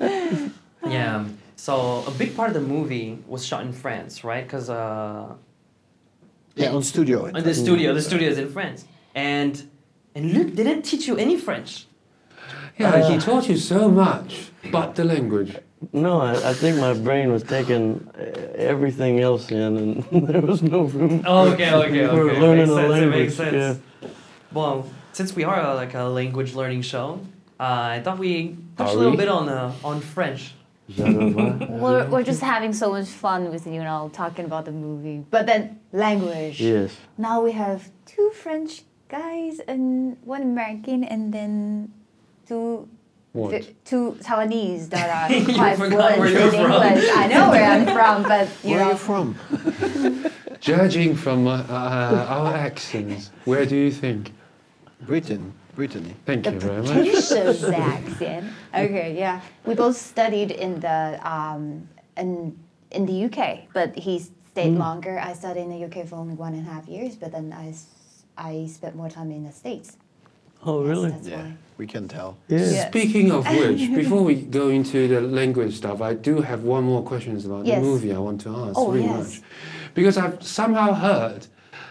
S5: understand.
S6: Yeah. So a big part of the movie was shot in France, right? Because uh,
S5: Yeah, on studio.
S6: in the studio, the studio is in France, and and Luc didn't teach you any French. Uh,
S7: yeah, he taught you so much, but the language.
S3: No, I, I think my brain was taking uh, everything else in, and there was no room.
S6: Oh, okay, okay,
S3: for
S6: okay.
S3: learning
S6: Makes
S3: a
S6: sense, it
S3: language.
S6: makes sense. Well, since we are uh, like a language learning show, uh, I thought we touch
S7: Are
S6: a little
S7: we?
S6: bit on uh, on French.
S3: Yeah. Je ne vois-
S4: We're, we're just having so much fun with you know talking about the movie, but then language.
S3: yes.
S4: Now we have two French guys and one American, and then two
S7: What?
S4: two Taiwanese that are
S6: You
S4: quite
S6: forgot
S4: fluent
S6: where
S4: in
S6: you're from.
S4: English. I know where I'm from, but you
S5: Where are
S4: know.
S5: you from?
S7: Judging from uh, uh, our accents, where do you think?
S5: Britain. Brittany.
S7: Thank you very much.
S4: British accent. Okay, yeah. We both studied in the um, in in the UK, but he stayed longer. I studied in the UK for only one and a half years, but then I s- I spent more time in the States.
S3: Oh, really?
S4: That's why.
S5: We can tell.
S3: Yeah.
S7: Speaking of which, before we go into the language stuff, I do have one more question about
S4: Yes.
S7: the movie I want to ask
S4: Oh,
S7: very
S4: yes.
S7: much. Because I've somehow heard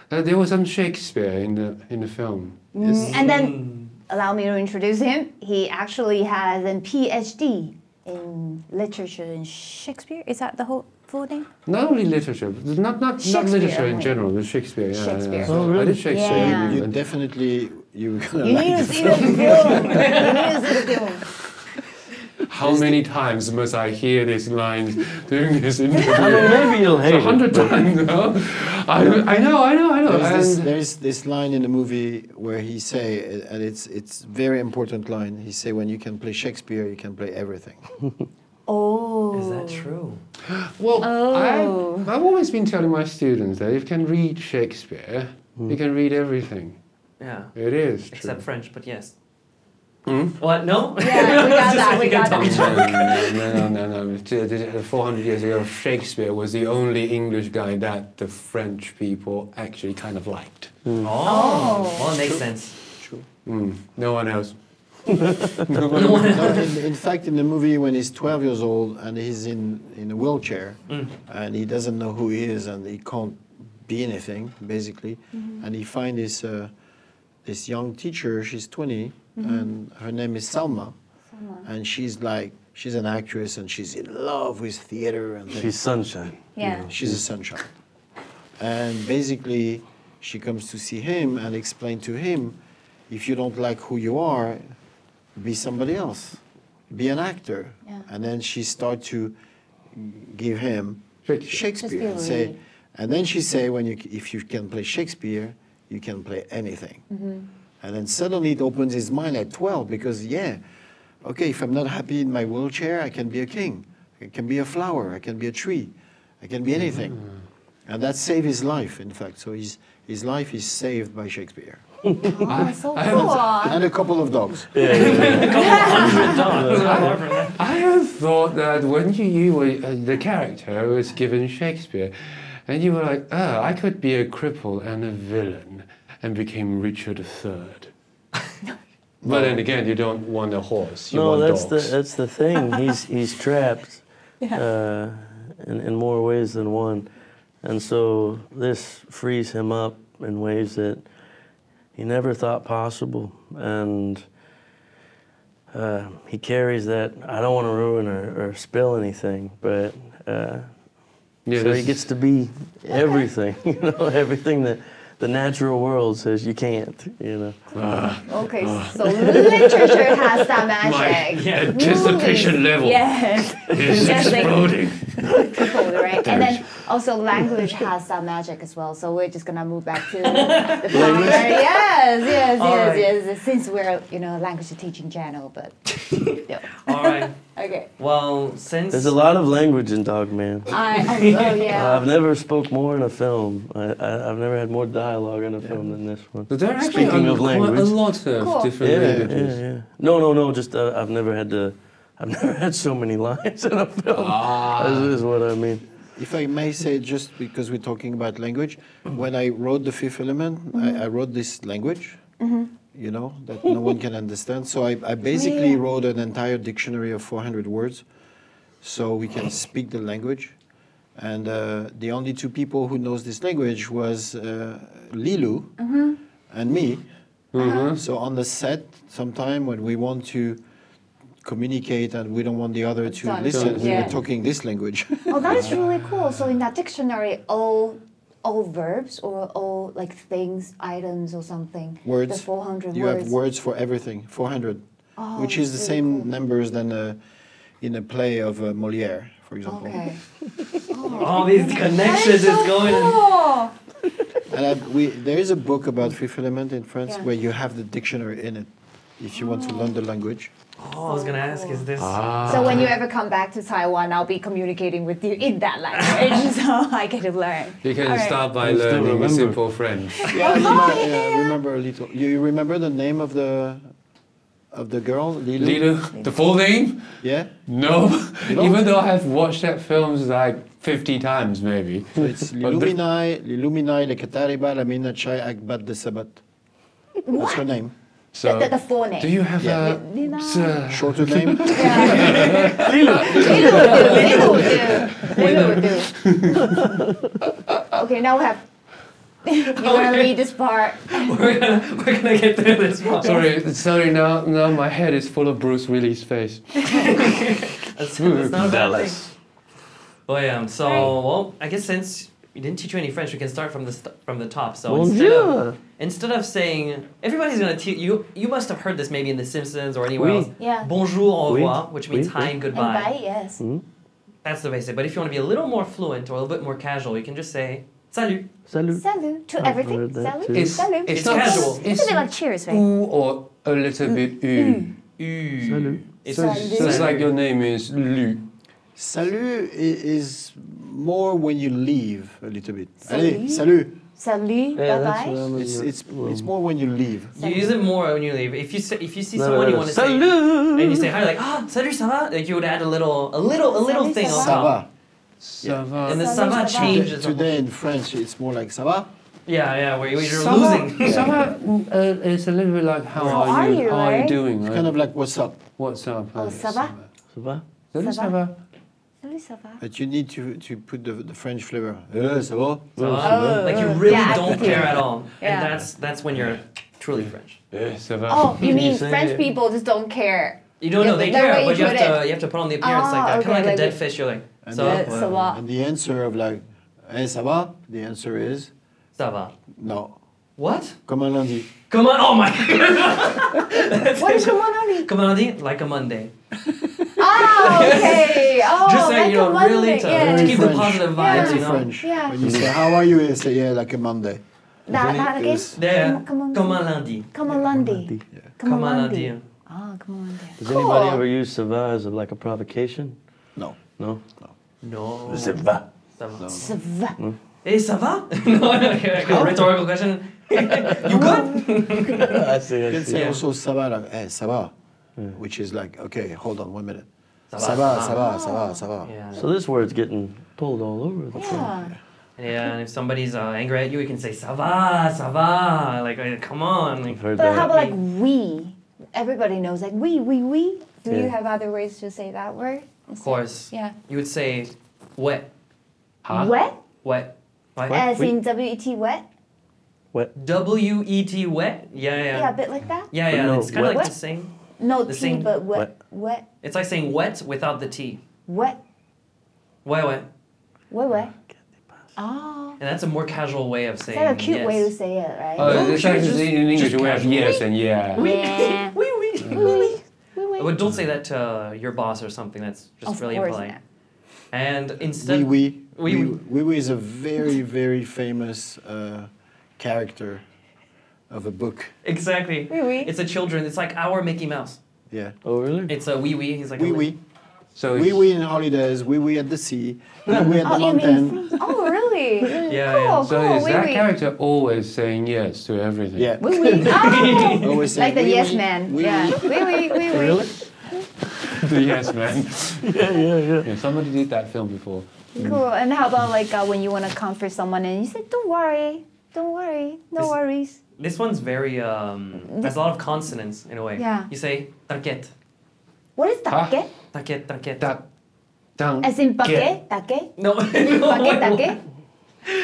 S7: that there was some Shakespeare in the in the film.
S4: And then allow me to introduce him. He actually has a PhD in literature and Shakespeare. Is that the whole full name?
S7: Not only literature, but not not, not
S4: Shakespeare,
S7: literature in
S4: right.
S7: general, but Shakespeare. Yeah,
S4: Shakespeare.
S7: Yeah. I did Shakespeare.
S4: Yeah.
S5: Oh, You
S7: and-
S5: definitely you're gonna
S4: You
S5: like
S4: need to see the film. You need to see the film.
S7: How many times must I hear these lines during this
S3: I
S7: interview?
S3: mean, maybe you'll hate
S7: A
S3: it.
S7: hundred times. No? I, I know, I know, I know.
S5: There's this,
S7: And-
S5: there's this line in the movie where he say, and it's it's very important line. He say, when you can play Shakespeare, you can play everything.
S4: Oh.
S6: Is that true?
S7: Well,
S4: Oh.
S7: I've, I've always been telling my students that if you can read Shakespeare, you can read everything.
S6: Yeah.
S7: It is true.
S6: Except French, but yes.
S3: Hmm?
S6: What? No.
S4: Yeah, we got that. We
S6: Just
S4: got
S6: like a
S4: that.
S7: no, no, no, no, no. T- t- 400 uh, years ago, Shakespeare was the only English guy that the French people actually kind of liked.
S3: Hmm.
S6: Oh. Well, it makes sense.
S7: No one else.
S5: No, in, in fact, in the movie, when he's 12 years old and he's in, in a wheelchair and he doesn't know who he is and he can't be anything, basically, and he finds this, uh, this young teacher, she's 20, and her name is Salma. And she's like, she's an actress and she's in love with theater and things.
S3: She's sunshine.
S4: Yeah.
S5: She's a sunshine. And basically, she comes to see him and explain to him, if you don't like who you are, be somebody else, be an actor.
S4: Yeah.
S5: And then she start to give him
S7: Shakespeare.
S5: Shakespeare and
S4: Shakespeare.
S5: say, and then she say, when you, c- if you can play Shakespeare, you can play anything. And then suddenly it opens his mind at 12 because, yeah, okay, if I'm not happy in my wheelchair, I can be a king, I can be a flower, I can be a tree, I can be anything. And that saved his life, in fact. So his, his life is saved by Shakespeare.
S4: Oh, so cool.
S5: And a couple of dogs.
S7: I have thought that when you, you were uh, the character was given Shakespeare, and you were like, oh, I could be a cripple and a villain, and became Richard III. but then again, you don't want a horse. You
S3: No,
S7: want
S3: that's
S7: dogs.
S3: the that's the thing. He's he's trapped uh, in in more ways than one, and so this frees him up in ways that he never thought possible, and uh, he carries that. I don't want to ruin or, or spill anything, but. Uh,
S7: yeah,
S3: so
S7: this
S3: he gets
S7: is-
S3: to be everything, you know, everything that the natural world says you can't, you know.
S4: Okay, so literature has that magic.
S7: anticipation
S4: Movies.
S7: level
S4: Yes.
S7: is
S4: Yes, they-
S7: exploding.
S4: People, right? And then
S1: Also, language has some magic as well, so we're just gonna move back to the flower. yes, yes,
S6: All
S1: yes,
S6: right.
S1: yes. Since we're you know a language teaching channel, but yeah.
S6: All right.
S1: okay.
S6: Well, since
S3: There's a lot of language in Dog
S1: I,
S3: Man.
S1: oh, oh yeah.
S5: Um,
S3: I've never spoke more in a film. I, I, I've never had more dialogue in a film than this one.
S7: But there are actually
S3: Speaking
S7: a-
S3: of
S7: quite a
S3: language.
S7: lot of
S1: Cool.
S7: different
S3: Yeah, yeah,
S7: languages.
S3: yeah. No, no, no. Just uh, I've never had to. I've never had so many lines in a film. This is what I mean.
S5: If I may say, just because we're talking about language, when I wrote The Fifth Element, I, I wrote this language, you know, that no one can understand. So I, I basically wrote an entire dictionary of 400 words so we can speak the language. And uh, the only two people who knows this language was uh, Lilu and me. So on the set, sometime when we want to communicate and we don't want the other to
S1: Done.
S5: listen, we
S1: Yeah.
S5: were talking this language.
S4: Oh, that is really cool. So in that dictionary, all all verbs or all like things, items or something.
S5: words.
S4: The 400
S5: you
S4: words.
S5: have words Oh, for everything, 400, which is the same numbers than uh, in a play of uh, Moliere, for example.
S4: Okay.
S6: all these connections is going.
S4: Oh,
S5: And I, we, there is a book about fifth element in France
S4: Yeah.
S5: where you have the dictionary in it if you want to learn the language.
S6: Oh, I was gonna ask, is this?
S3: Ah.
S7: Ah,
S1: So when you ever come back to Taiwan, I'll be communicating with you in that language, so I get to learn.
S7: You can
S1: All right.
S7: start by
S3: I still
S7: learning a
S3: remember.
S7: simple French.
S5: Oh, Yeah, you might, yeah, remember a little. You, you remember the name of the of the girl, Lilo?
S7: Lilo, the full name?
S5: Yeah?
S7: No.
S5: don't?
S7: Even though I have watched that film like 50 times, maybe.
S5: So it's
S7: But the-
S5: Liluminai, Liluminai, Lekatariba, Lamina Chai Akbat de Sabat. That's her name.
S7: So,
S4: the four name.
S7: do you have
S5: Yeah.
S7: a. Sir,
S5: Shorter name?
S4: Little do. Little do.
S1: Okay, now we have. you want to read this part?
S6: We're gonna we're gonna get through this one.
S7: sorry, sorry, now, now my head is full of Bruce Willis' face.
S6: That's, that's not a bad thing. Well, yeah. um, So, well, I guess since we didn't teach you any French, we can start from the st- from the top. So instead of instead of saying everybody's gonna teach you, you must have heard this maybe in The Simpsons or anywhere
S3: Oui.
S6: else.
S4: Yeah.
S6: Bonjour, au
S3: Oui.
S6: revoir, which means
S3: Oui,
S6: hi
S3: oui.
S6: and
S4: And
S6: goodbye.
S4: bye, yes.
S6: That's the basic. But if you want to be a little more fluent or a little bit more casual, you can just say salut.
S3: Salut.
S4: Salut to
S3: I've
S4: everything.
S3: heard that
S4: Salut.
S3: too.
S7: It's,
S4: Salut.
S7: it's
S6: It's
S7: not
S6: casual.
S7: It's Mm.
S4: Isn't it like cheers, right?
S7: ou or a little bit u.
S6: U.
S3: Salut.
S6: It's
S7: So, so it's like your name is Lu.
S5: Salut i- is more when you leave a little bit. Allez, salut.
S4: Salut,
S3: Yeah,
S4: bye
S3: that's
S4: bye.
S3: what I'm
S5: It's
S3: gonna-
S5: it's it's more when you leave.
S6: You use it more when you leave. If you say, if you see
S3: No, no,
S6: someone
S3: no, no.
S6: you want to say
S3: Salut.
S6: and you say hi, like ah salut ça va, like you would add a little a little a little
S4: Salut,
S6: thing
S4: ça
S6: on
S4: va?
S5: Ça
S6: top.
S5: va.
S7: Ça va.
S6: And the
S4: Salut,
S6: ça va
S4: ça va.
S6: changes. the whole-
S5: Today in French, it's more like ça va.
S6: Yeah, yeah, where you- you're
S7: Some are-
S6: losing.
S7: some are, uh, it's a little bit like how,
S4: How
S7: are,
S4: are
S7: you?
S4: you,
S7: How are you
S4: right?
S7: doing?
S5: It's
S7: right?
S5: kind of like what's up.
S7: What's up? Oh,
S4: ça va?
S3: Ça va?
S4: Ça
S7: va?
S4: Salut, ça va?
S5: But you need to to put the, the French flavor. Eh, ça va?
S6: So, uh, like you really
S4: Yeah,
S6: don't
S4: attitude.
S6: care at all, and
S1: Yeah.
S6: that's that's when you're truly French.
S7: Eh, ça va.
S1: Oh, you mean
S3: say
S1: French
S3: it.
S1: people just don't care?
S6: You don't
S1: Yeah,
S6: know they
S1: but that
S6: care,
S1: way
S6: but you
S1: you
S6: have
S1: put
S6: to you have to put on the appearance like
S1: Ah,
S6: that, kind of like
S1: okay,
S6: a dead
S1: like-
S6: fish. You're like
S5: And
S6: so
S1: Uh,
S5: then-
S1: ça
S6: Ah.
S1: va.
S5: And the answer of like, eh, ça va? The answer is
S6: ça va.
S5: no.
S6: What?
S5: Comme un lundi.
S6: Come on! Oh my! what is
S4: Come on, Ali.
S6: Come on, Andy, like a Monday.
S4: Oh, okay. Oh,
S6: Just
S4: like
S6: like you
S4: a
S6: know,
S4: Monday.
S6: really to,
S4: yeah.
S6: to keep the
S5: French.
S6: positive vibes,
S5: Very
S6: you know.
S5: French.
S4: Yeah.
S5: When you say how are you, you say yeah, like a Monday.
S4: That, that again?
S5: Is-
S6: Yeah.
S4: Come on,
S6: Come on, Andy.
S4: Come on, Lundy.
S6: Come on, Andy.
S4: Ah, come on, Lundy.
S3: Does anybody ever use ça va as a, like a provocation?
S5: No.
S3: No.
S6: No.
S3: Ça va.
S6: Ça va.
S4: Ça va.
S5: Hmm?
S6: Hey, ça va? no, okay, okay, rhetorical question. you good?
S3: I see. I
S5: You can
S3: see.
S5: say
S6: Yeah. Mm.
S5: also ça va, like, eh, ça va, which is like, okay, hold on one minute.
S6: Ça
S5: Ça va, ça va, ça va, ça va.
S6: Yeah.
S3: So this word's getting pulled all over the place.
S4: Yeah.
S6: Yeah, and if somebody's uh, angry at you, you can say "ça va, ça va," like, uh, "Come on." Like,
S3: I've heard
S4: But how
S3: that.
S4: about like we? Everybody knows like we, we, we. Do you
S3: Yeah.
S4: have other ways to say that word?
S6: of course.
S4: Yeah.
S6: You would say "wet,
S4: Wet?
S6: wet, wet."
S4: As in W-E-T, wet?
S6: W e t wet. Yeah, yeah.
S4: Yeah, a bit like that?
S6: yeah,
S3: But
S6: yeah.
S3: no,
S6: it's kind of
S3: wet.
S6: like the same.
S4: No
S6: The
S4: T,
S6: same-
S4: but wet. Wet.
S6: It's like saying wet without the t.
S4: Wet.
S6: Wet, wet.
S4: Wet, wet. Oh.
S6: And that's a more casual way of saying.
S4: That's a cute
S6: yes.
S4: way to say it, right?
S7: Uh,
S6: No,
S7: it's
S6: sure,
S7: like
S6: just-
S7: in English
S6: just
S7: we have
S6: casual.
S7: yes and yeah.
S4: Yeah.
S6: Wee wee. But uh, don't say that to your boss or something. That's just
S4: Of
S6: really
S4: course
S6: impolite.
S4: not.
S6: And instead,
S5: Oui, oui,
S6: We-
S5: Wiwi is a very, very famous uh, character of a book.
S6: Exactly.
S4: Wee wee.
S6: It's a children. It's like our Mickey Mouse.
S5: Yeah.
S3: Oh, really?
S6: It's a wee wee. He's like a
S5: Wee
S6: little-
S5: wee.
S7: So
S5: Wee wee in holidays, wee wee at the sea, wee wee at the
S4: you
S5: mountain.
S4: Oh, really?
S6: Yeah,
S4: Cool,
S7: So
S4: cool.
S7: is
S4: Wee
S7: that
S4: wee.
S7: character always saying yes to everything?
S5: Yeah.
S4: Wee wee. Oh!
S5: Always say
S4: like the
S5: wee
S4: yes
S5: wee,
S4: man.
S5: wee
S4: yeah.
S5: wee.
S4: Wee wee wee wee.
S3: Really?
S7: the yes man. yeah, yeah, yeah. Somebody did that film before.
S4: Cool. And how about like uh, when you want to comfort someone and you say, "Don't worry, don't worry, no
S6: Is-
S4: worries."
S6: This one's very um. Has a lot of consonants in a way.
S4: Yeah.
S6: You say tranquet,
S4: What is
S7: Huh?
S4: dake?
S6: tranquet, tranquet.
S7: That, down.
S4: As in
S7: Get-
S4: bake, dake,
S6: No.
S4: bake,
S6: no,
S4: dake.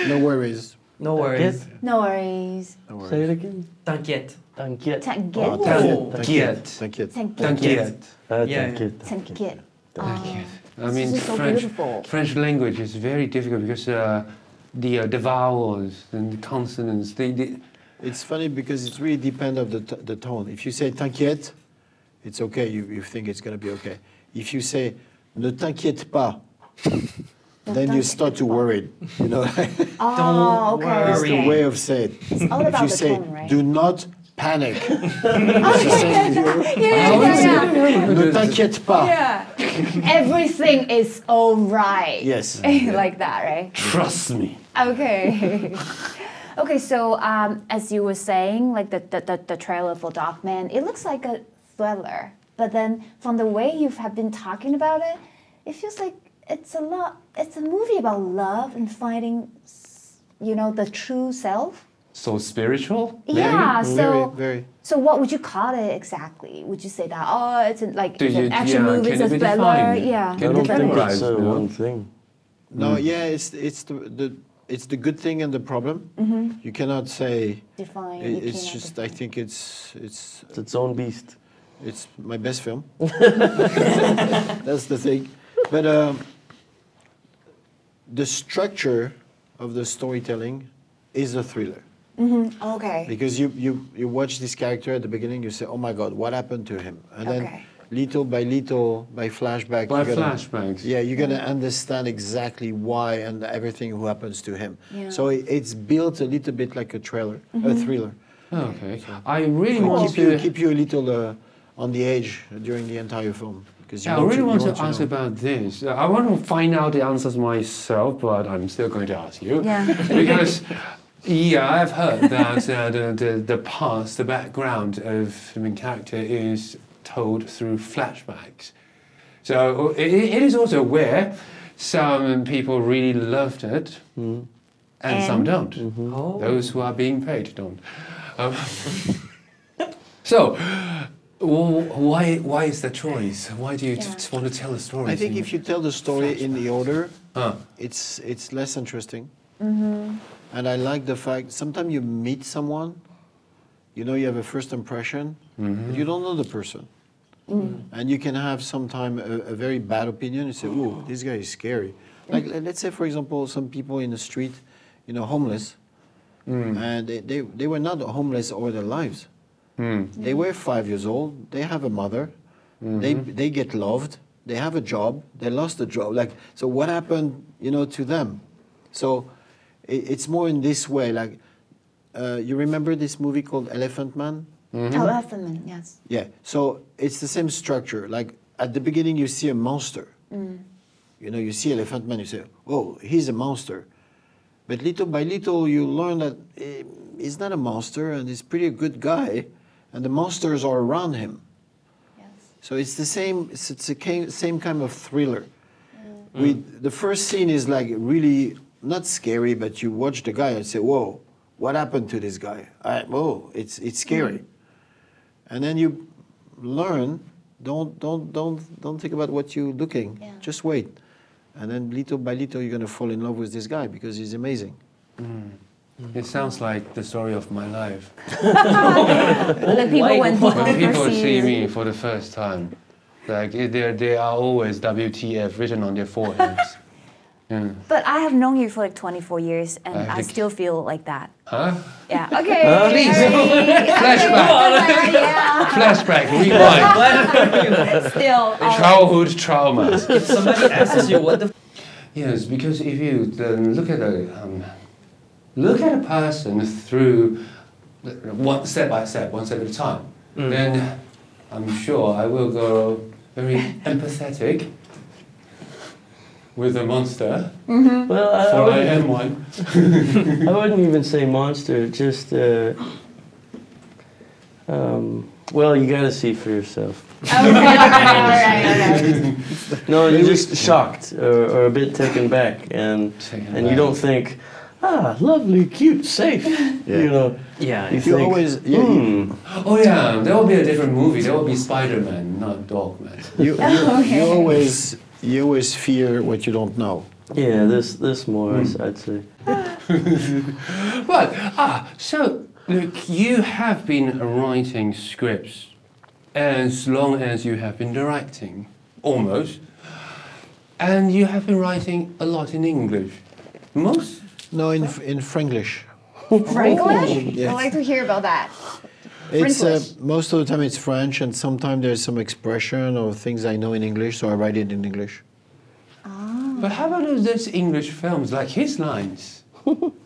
S5: No worries.
S6: no worries.
S4: No worries.
S3: Say it again.
S6: Tranquet.
S3: Tanket.
S4: Take
S5: Oh, thank you,
S4: it.
S6: Oh,
S5: thank you,
S7: Get.
S5: thank you.
S4: Take it.
S7: Thank you.
S3: Uh,
S6: Yeah.
S3: tanket.
S4: Take it.
S7: I mean,
S4: is so
S7: French,
S4: beautiful.
S7: French language is very difficult because uh, the, uh, the vowels and consonants, they, they,
S5: It's funny because it really depends on the, t- the tone. If you say t'inquiète, it's okay, you, you think it's going to be okay. If you say ne t'inquiète pas, then you start to worry. You know, it's
S4: Oh,
S6: Don't
S4: okay.
S6: worry.
S5: the way of saying it.
S4: It's all
S5: If
S4: about
S5: you
S4: the
S5: say
S4: tone, right?
S5: do not panic,
S4: Yeah, yeah, yeah.
S5: ne t'inquiète pas.
S4: Yeah. Everything is all right.
S5: Yes.
S4: like that, right?
S7: trust me.
S4: Okay. okay, so um, as you were saying, like the, the, the, the trailer for Dogman, it looks like a thriller. But then from the way you have been talking about it, it feels like it's a lot, it's a movie about love and finding, s- you know, the true self.
S7: So spiritual? maybe?
S4: Yeah, so.
S5: Very, very.
S4: So what would you call it exactly? Would you say that oh, it's an, like
S7: Do
S4: it's an
S7: you-
S4: action
S7: yeah,
S4: movie,
S7: can
S4: it's a
S7: it be
S4: thriller,
S7: defined?
S3: I
S4: yeah.
S7: Can it
S3: don't think
S7: Tanket.
S3: it's uh,
S7: No.
S3: one thing.
S5: No, yeah, it's it's the, the it's the good thing and the problem. You cannot say.
S4: Define,
S5: it-
S4: Mm-hmm. you
S5: it's
S4: cannot
S5: just. I think it's it's
S3: It's its own beast.
S5: It's my best film. That's the thing. But um, the structure of the storytelling is a thriller.
S4: Okay.
S5: Because you, you, you watch this character at the beginning, you say, oh my God, what happened to him? And
S4: Okay.
S5: then little by little, by flashback.
S7: By
S5: you're gonna-
S7: flashbacks.
S5: Yeah, you're going to understand exactly why and everything who happens to him.
S4: Yeah. Mm-hmm.
S5: So it, it's built a little bit like a trailer, a thriller.
S7: Okay. I really
S5: It
S7: want
S5: keep you,
S7: to.
S5: keep you a little uh, on the edge during the entire film. Because you
S7: I really
S5: you
S7: want to
S5: know.
S7: ask about this. Uh, I want to find out the answers myself, but I'm still going to ask you.
S4: Yeah.
S7: because, yeah, I've heard that uh, the, the, the past, the background of the main character is told through flashbacks. So it, it is also where some people really loved it and, some
S4: And?
S7: don't.
S6: Oh.
S7: Those who are being paid don't. Um, so, wh- why why is that choice? Why do you just want to tell a story?
S5: I think
S7: in-
S5: if you tell the story in the order,
S7: Huh.
S5: it's it's less interesting.
S7: Mm-hmm.
S5: And I like the fact sometimes you meet someone, you know, you have a first impression, but you don't know the person,
S7: Mm-hmm.
S5: and you can have sometime a, a very bad opinion. You say, "Oh, this guy is scary." Like le- let's say, for example, some people in the street, you know, homeless, and they, they they were not homeless all their lives. They were five years old. They have a mother. They they get loved. They have a job. They lost a job. Like so, what happened? You know, to them. So, it, it's more in this way. Like, uh, you remember this movie called Elephant Man?
S7: Mm-hmm.
S4: Elephant, yes.
S5: Yeah. So it's the same structure. Like at the beginning, you see a monster. You know, you see Elephant Man. You say, "Oh, he's a monster," but little by little, you learn that eh, he's not a monster and he's pretty a good guy, and the monsters are around him. So it's the same. It's, it's the ca- same kind of thriller. With the first scene is like really not scary, but you watch the guy and say, "Whoa, what happened to this guy?" I, whoa, it's it's scary and then you learn don't don't don't don't think about what you're looking just wait and then little by little you're going to fall in love with this guy because he's amazing
S7: It sounds like the story of my life.
S4: Like people
S6: Why-
S4: when
S6: why-
S4: people,
S7: When people
S4: perceive
S7: see me for the first time, like it- they they are always WTF written on their foreheads.
S4: But I have known you for like 24 years, and
S7: I
S4: I,
S7: think-
S4: still feel like that.
S7: huh?
S4: Yeah. Okay.
S6: Please.
S7: Flashback.
S4: yeah.
S7: Flashback. Rewind.
S6: What?
S4: Still. all right.
S8: Oh,
S7: Childhood traumas.
S6: Somebody asks you what the.
S7: Yes, because if you then look at a um, look at a person through uh, one step by step, one step at a time, then I'm sure I will go very empathetic with a monster,
S3: Well, I, I
S7: for I
S3: wouldn't-
S7: am one.
S3: I wouldn't even say monster. Just, uh, um, well, you gotta see for yourself. No, you're just shocked or, or a bit taken back, and
S7: Taken
S3: and you don't think, ah, lovely, cute, safe. You know,
S6: Yeah.
S3: you
S6: it's-
S5: You
S3: think,
S5: always- yeah, you-
S3: hmm,
S7: Oh yeah, there will be a different movie. There will be Spider-Man, not Dogman.
S5: You, you, you always you always fear what you don't know.
S3: yeah, this this more, I'd- I'd say.
S7: Right. Ah, so look, you have been writing scripts as long as you have been directing, almost. And you have been writing a lot in English. Most?
S5: No, in in Franglish.
S8: Franglish?
S5: Yes.
S8: I'd like to hear about that.
S5: It's uh,
S8: French.
S5: most of the time it's French, and sometimes there's some expression or things I know in English, so I write it in English.
S7: But how about all those English films like His Lines?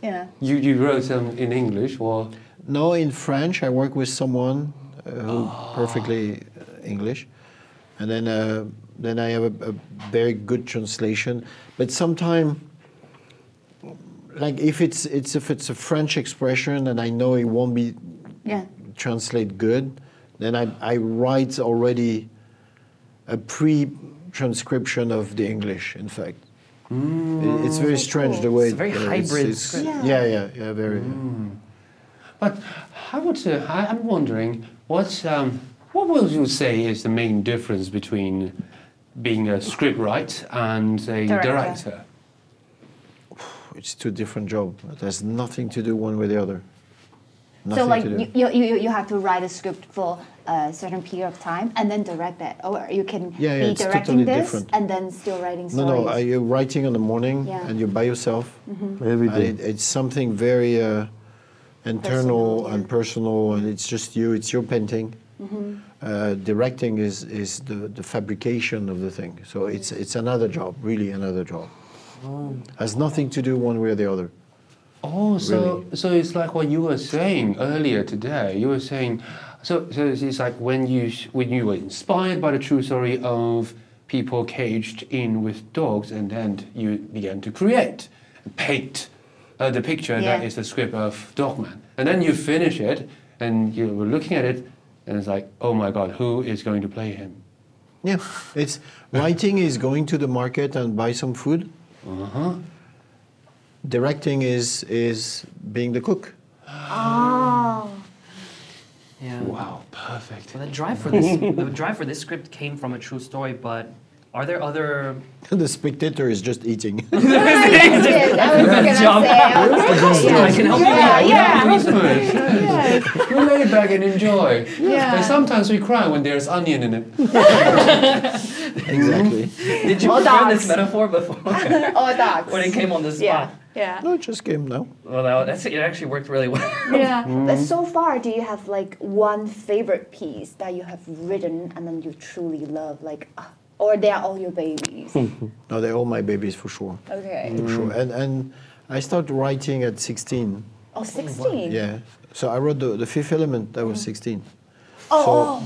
S8: Yeah.
S7: You, you wrote them in English or
S5: No, in French I work with someone uh, who perfectly uh, English, and then uh, then I have a, a very good translation. But sometimes, like if it's it's if it's a French expression and I know it won't be
S8: Yeah.
S5: translate good, then I, I write already a pre-transcription of the English. In fact, It- it's very strange the way
S6: It's a very
S5: uh,
S6: hybrid script.
S5: yeah. yeah, yeah, very.
S7: But how would uh, I, I'm wondering what um, what will you say is the main difference between being a scriptwriter and a
S8: Director.
S7: director?
S5: It's two different jobs. It has nothing to do one with the other. Nothing
S8: So like
S5: to do.
S8: you, you, you, you have to write a script for a certain period of time and then direct that, or you can
S5: Yeah, yeah,
S8: be
S5: it's
S8: directing
S5: totally
S8: this
S5: different.
S8: and then still writing
S5: no,
S8: stories.
S5: no. Are you writing in the morning
S8: Yeah. Mm-hmm.
S5: and you're by yourself?
S3: Every
S5: And
S3: day.
S5: it, it's something very uh, internal and personal, and it's just you. It's your painting.
S8: Mm-hmm.
S5: Uh, directing is is the, the fabrication of the thing. So it's it's another job, really another job.
S3: Oh.
S5: Has nothing to do one way or the other.
S7: Oh, so so it's like what you were saying earlier today. You were saying, so so it's- it's like when you sh- when you were inspired by the true story of people caged in with dogs, and then you began to create, paint uh, the picture that
S8: Yeah.
S7: is the script of Dogman, and then you finish it, and you were looking at it, and it's like, oh my God, who is going to play him?
S5: Yeah, it's writing is going to the market and buy some food. Directing is is being the cook.
S6: yeah.
S8: Oh,
S7: Wow, perfect.
S6: Well, the drive for this the drive for this script came from a true story, but are there other
S5: the spectator is just eating.
S8: Yes, I was gonna
S6: Jump.
S8: say, I was
S6: I can help
S8: Yeah,
S6: you.
S8: yeah.
S7: Christmas. We lay back and enjoy.
S8: Yeah.
S7: And sometimes we cry when there's onion in it.
S5: exactly.
S6: Did you
S8: Or
S6: hear
S8: dogs.
S6: this metaphor before?
S8: Or dogs.
S6: when it came on the spot.
S8: yeah, yeah.
S5: No, it just came now.
S6: Well, that, that's it. Actually, worked really well.
S8: Yeah.
S4: But so far, do you have like one favorite piece that you have written and then you truly love, like,
S1: uh,
S4: ah, or they are all your babies?
S5: No, they're all my babies for sure.
S8: Okay.
S5: For sure. And and I started writing at 16.
S4: Oh, 16?
S5: Yeah. So I wrote the, the fifth element. I was 16.
S4: Oh,
S5: So-
S4: oh,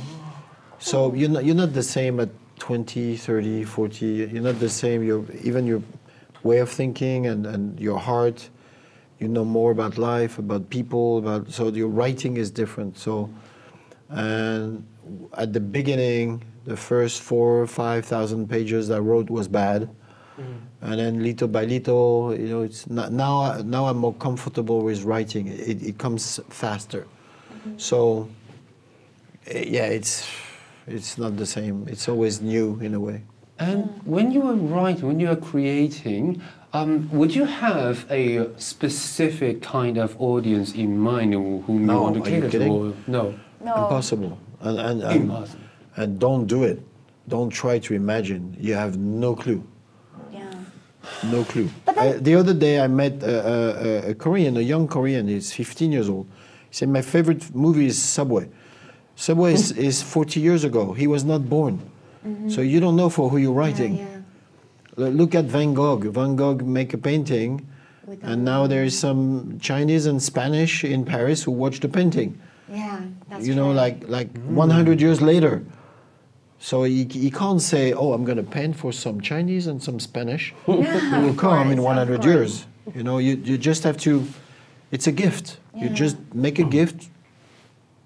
S5: So you're not, you're not the same at 20, 30, 40. You're not the same. Your even your way of thinking and, and your heart. You know more about life, about people, about so your writing is different. So, and at the beginning, the first four, five thousand pages I wrote was bad,
S4: Mm-hmm.
S5: and then little by little, you know, it's not, now now I'm more comfortable with writing. It, it comes faster,
S4: Mm-hmm.
S5: so. Uh, yeah, it's it's not the same. It's always new in a way.
S7: And when you were writing, when you were creating, um, would you have a specific kind of audience in mind who- whom you
S5: No,
S7: want to
S5: are you
S7: cater to?
S5: kidding?
S7: or- No.
S8: No.
S5: Impossible. And and, and
S7: Impossible.
S5: and don't do it. Don't try to imagine. You have no clue.
S8: Yeah.
S5: No clue. Uh, the other day I met a, a, a Korean, a young Korean. He's 15 years old. He said my favorite movie is Subway. Subway is, is 40 years ago. He was not born, so you don't know for who you're writing. L- Look at Van Gogh. Van Gogh make a painting, and now there is some Chinese and Spanish in Paris who watch the painting.
S1: Yeah, that's
S5: you know,
S1: true.
S5: like like 100 years later. So he, he can't say, oh, I'm going to paint for some Chinese and some Spanish who will come
S1: course,
S5: in
S1: of
S5: 100
S1: course.
S5: years. You know, you, you just have to, it's a gift. You just make a gift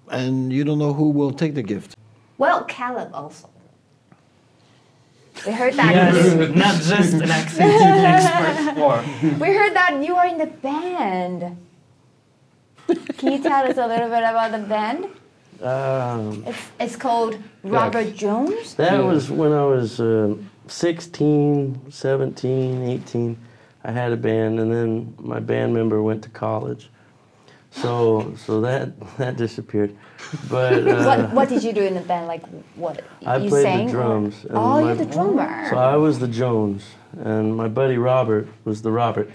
S5: and you don't know who will take the gift.
S1: well, Caleb also. We heard that.
S6: Yes, not just an accent expert.
S1: You, we heard that you are in the band. Can you tell us a little bit about the band?
S3: Um,
S1: It's, it's called Robert Jones.
S3: That was when I was uh, 16, 17, 18. I had a band, and then my band member went to college. So, so that that disappeared. But uh,
S1: What, what did you do in the band? Like what?
S3: I
S1: you
S3: played the
S1: sang or-
S3: drums, and
S1: Oh,
S3: my-
S1: you're the drummer.
S3: so I was the Jones, and my buddy Robert was the Robert.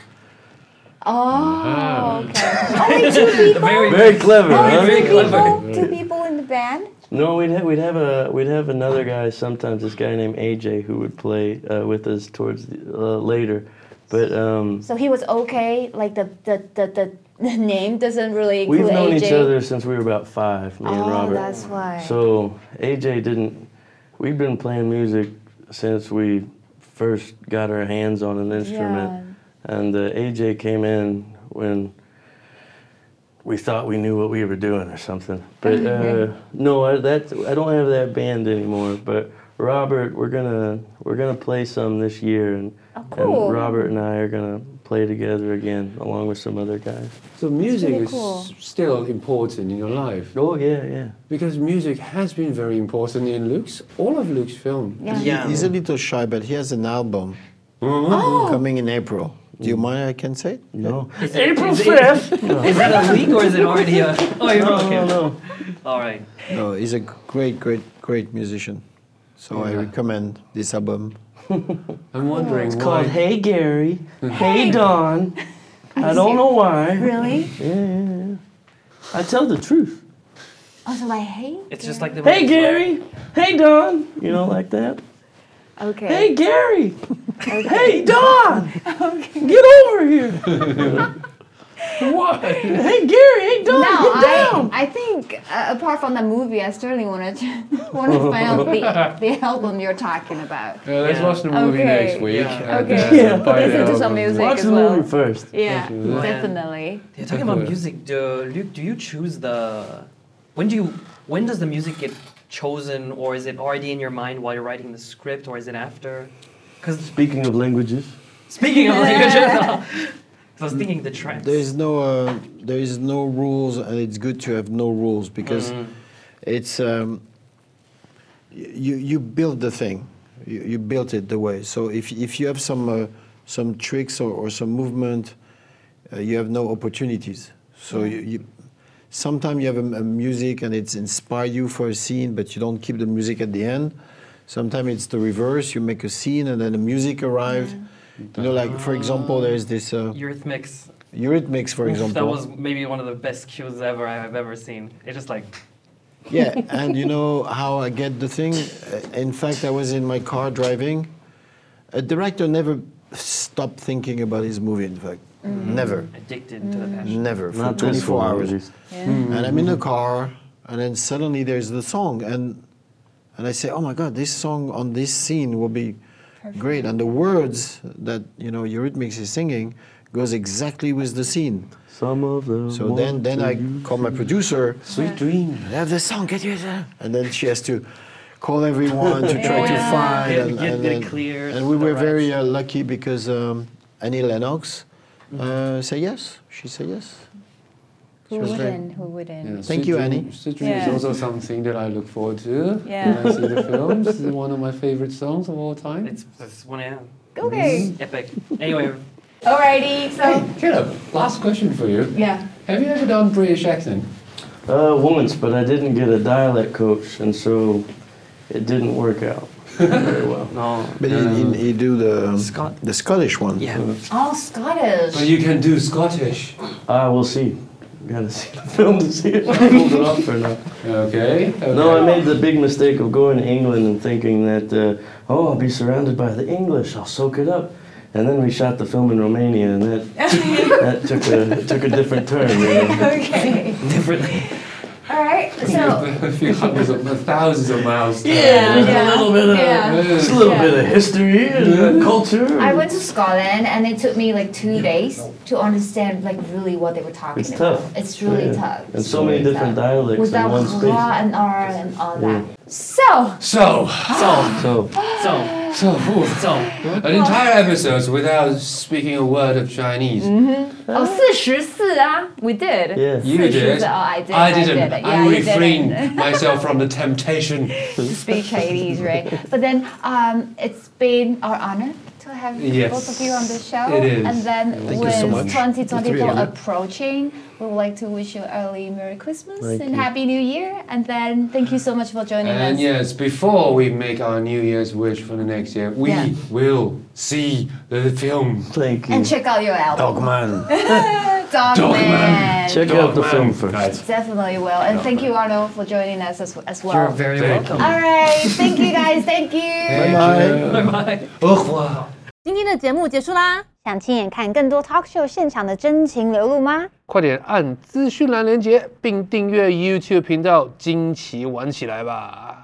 S1: Oh, okay. Only two people.
S3: Uh-huh. Very clever, huh?
S1: Only two people. Two people in the band.
S3: No, we'd have, we'd have a we'd have another guy sometimes. This guy named AJ who would play uh, with us towards the, uh, later, but um,
S1: So he was okay. Like the the the, the, the name doesn't really include
S3: we've known
S1: AJ.
S3: each other since we were about five, me and
S1: Oh,
S3: Robert.
S1: that's why.
S3: So AJ didn't. We've been playing music since we first got our hands on an instrument, and uh, AJ came in when we thought we knew what we were doing or something. But uh, no, I, that I don't have that band anymore. But Robert, we're gonna we're gonna play some this year, and,
S1: cool.
S3: and Robert and I are gonna play together again along with some other guys.
S7: So music
S1: really
S7: is
S1: cool.
S7: still important in your life
S3: Oh yeah, yeah.
S7: because music has been very important in Luke's all of Luke's film.
S6: Yeah.
S5: He's a little shy, but he has an album
S1: Oh.
S5: coming in April. Do you mind I can say it?
S3: No.
S6: April 5th! Is that a leak or is it already a. Oh, okay.
S3: No, no.
S6: All right.
S5: No, he's a great, great, great musician. So I recommend this album.
S7: I'm wondering
S3: It's
S7: why.
S3: called Hey Gary,
S5: Mm-hmm.
S3: Hey Don. I don't know why.
S1: Really?
S3: I tell the truth.
S1: Also, like hey.
S6: It's just like the.
S3: Hey Gary, Hey Don. You know, like that.
S1: Okay.
S3: Hey Gary, Hey Don. Get over here.
S7: What?
S3: Hey Gary, Hey Don.
S1: No,
S3: get
S1: I,
S3: down.
S1: I think uh, apart from the movie, I certainly want to want to find out the, the album you're talking about.
S7: Uh, let's
S6: Yeah.
S7: watch the movie
S1: Okay.
S7: next week.
S6: Yeah.
S7: and,
S1: Okay.
S7: uh,
S3: Yeah.
S7: buy the
S1: Listen to some
S7: album.
S1: music
S3: Watch
S1: as
S3: the
S1: well.
S3: movie first.
S1: Yeah,
S7: you.
S1: definitely.
S6: Yeah, talking about music, do, Luke, do you choose the? When do you? When does the music get chosen, or is it already in your mind while you're writing the script, or is it after? Because
S3: Speaking of languages,
S6: speaking of languages, I was thinking the trends.
S5: There is no, uh, there is no rules, and it's good to have no rules because it's um, y- you you build the thing, you, you built it the way. So if if you have some uh, some tricks or, or some movement, uh, you have no opportunities. So you. you Sometimes you have a, a music and it's inspire you for a scene, but you don't keep the music at the end. Sometimes it's the reverse: you make a scene and then the music arrives. You know, like for example, there's this. Uh,
S6: Eurythmics.
S5: Eurythmics, for example.
S6: That was maybe one of the best cues ever I've ever seen. It's just like
S5: Yeah, and you know how I get the thing? Uh, In fact, I was in my car driving. A director never stopped thinking about his movie, in fact. Never.
S6: addicted to the
S5: Mm.
S6: passion.
S5: Never. For
S3: not
S5: 24
S3: 24
S5: hours.
S3: hours.
S5: And I'm in the car, and then suddenly there's the song. And, and I say, oh my God, this song on this scene will be great. And the words that, you know, Eurythmics is singing goes exactly with the scene.
S3: Some of them.
S5: So then, then I call my producer.
S3: Sweet dreams.
S5: I have this song, get you there. And then she has to call everyone to try to find.
S6: Oh, Get-
S5: and,
S6: get-
S5: and,
S6: get
S5: and-
S6: clear
S5: and we
S6: the
S5: were very uh, lucky because um, Annie Lennox
S6: Mm-hmm.
S5: uh, said yes. She said yes.
S8: Who
S5: was very-
S8: wouldn't? Who wouldn't?
S7: Yeah,
S5: Thank
S7: Sweet
S5: you,
S7: Dream-
S5: Annie.
S7: Sweet Dream is
S8: Yeah.
S7: also something that I look forward to
S8: Yeah.
S7: when I see the films. It's one of my favorite songs of all time.
S6: It's it's one AM.
S8: Okay.
S6: Epic. Anyway,
S8: Alrighty. So
S7: Caleb, last question for you.
S8: yeah.
S7: Have you ever done British accent?
S3: Uh, once, but I didn't get a dialect coach, and so it didn't work out very well.
S6: no.
S5: But he, he, he do the,
S6: Scot-
S5: the Scottish one.
S6: Yeah.
S8: All Scottish.
S7: But you can do Scottish.
S3: I will see. gotta see the film to see if I pulled it off or not.
S7: Okay.
S3: No, I made the big mistake of going to England and thinking that, uh, oh, I'll be surrounded by the English, I'll soak it up. And then we shot the film in Romania, and that, that took, a, took a different turn. You know?
S4: Okay.
S3: Differently.
S4: All right. So
S7: a few hundreds of thousands of miles. down.
S3: Yeah, there's a little bit of,
S4: Yeah.
S3: just a little bit of history and uh, culture.
S4: I went to Scotland and it took me like two days to understand like really what they were talking
S3: It's
S4: about.
S3: tough.
S4: It's really
S3: Yeah.
S4: tough.
S3: And so many different dialects in
S4: Without
S3: one
S4: ra
S3: space.
S4: and r and all that.
S3: Yeah.
S4: So oh,
S7: So,
S6: So,
S3: So,
S6: so,
S7: so, whew,
S6: so.
S7: an entire episode without speaking a word of Chinese.
S4: oh, 44啊 uh, we did.
S3: yeah.
S7: You
S4: Which
S7: did.
S4: is- oh, I did, I
S7: not
S4: did it. Yeah,
S7: I
S4: you did it.
S7: refrained myself from the temptation.
S4: to speak Chinese, right? But then um, it's been our honor to have
S7: Yes,
S4: both of you on the show.
S7: it is.
S4: And then
S5: you
S4: with
S5: so much. It's
S4: 2024
S5: really-
S4: approaching, we would like to wish you early Merry Christmas
S3: Thank
S4: and
S3: you.
S4: Happy New Year. And then thank you so much for joining
S7: And
S4: us.
S7: yes, before we make our New Year's wish for the next year, we
S4: Yeah.
S7: will see the film.
S3: Thank you.
S4: And check out your album,
S5: Dogman.
S4: Dog,
S7: Man.
S4: Man.
S3: Check out the film first.
S7: Right.
S4: Definitely will. And thank you, Arnold, for joining us as, as well.
S6: You're very
S7: Thank
S6: welcome.
S4: All right. Thank you, guys. Thank you.
S7: Bye
S6: Bye.
S7: bye.
S1: 今天的节目结束啦，
S8: 想亲眼看更多 talk show 现场的真情流露吗？
S2: 快点按资讯栏连接，并订阅 YouTube 频道，惊奇玩起来吧！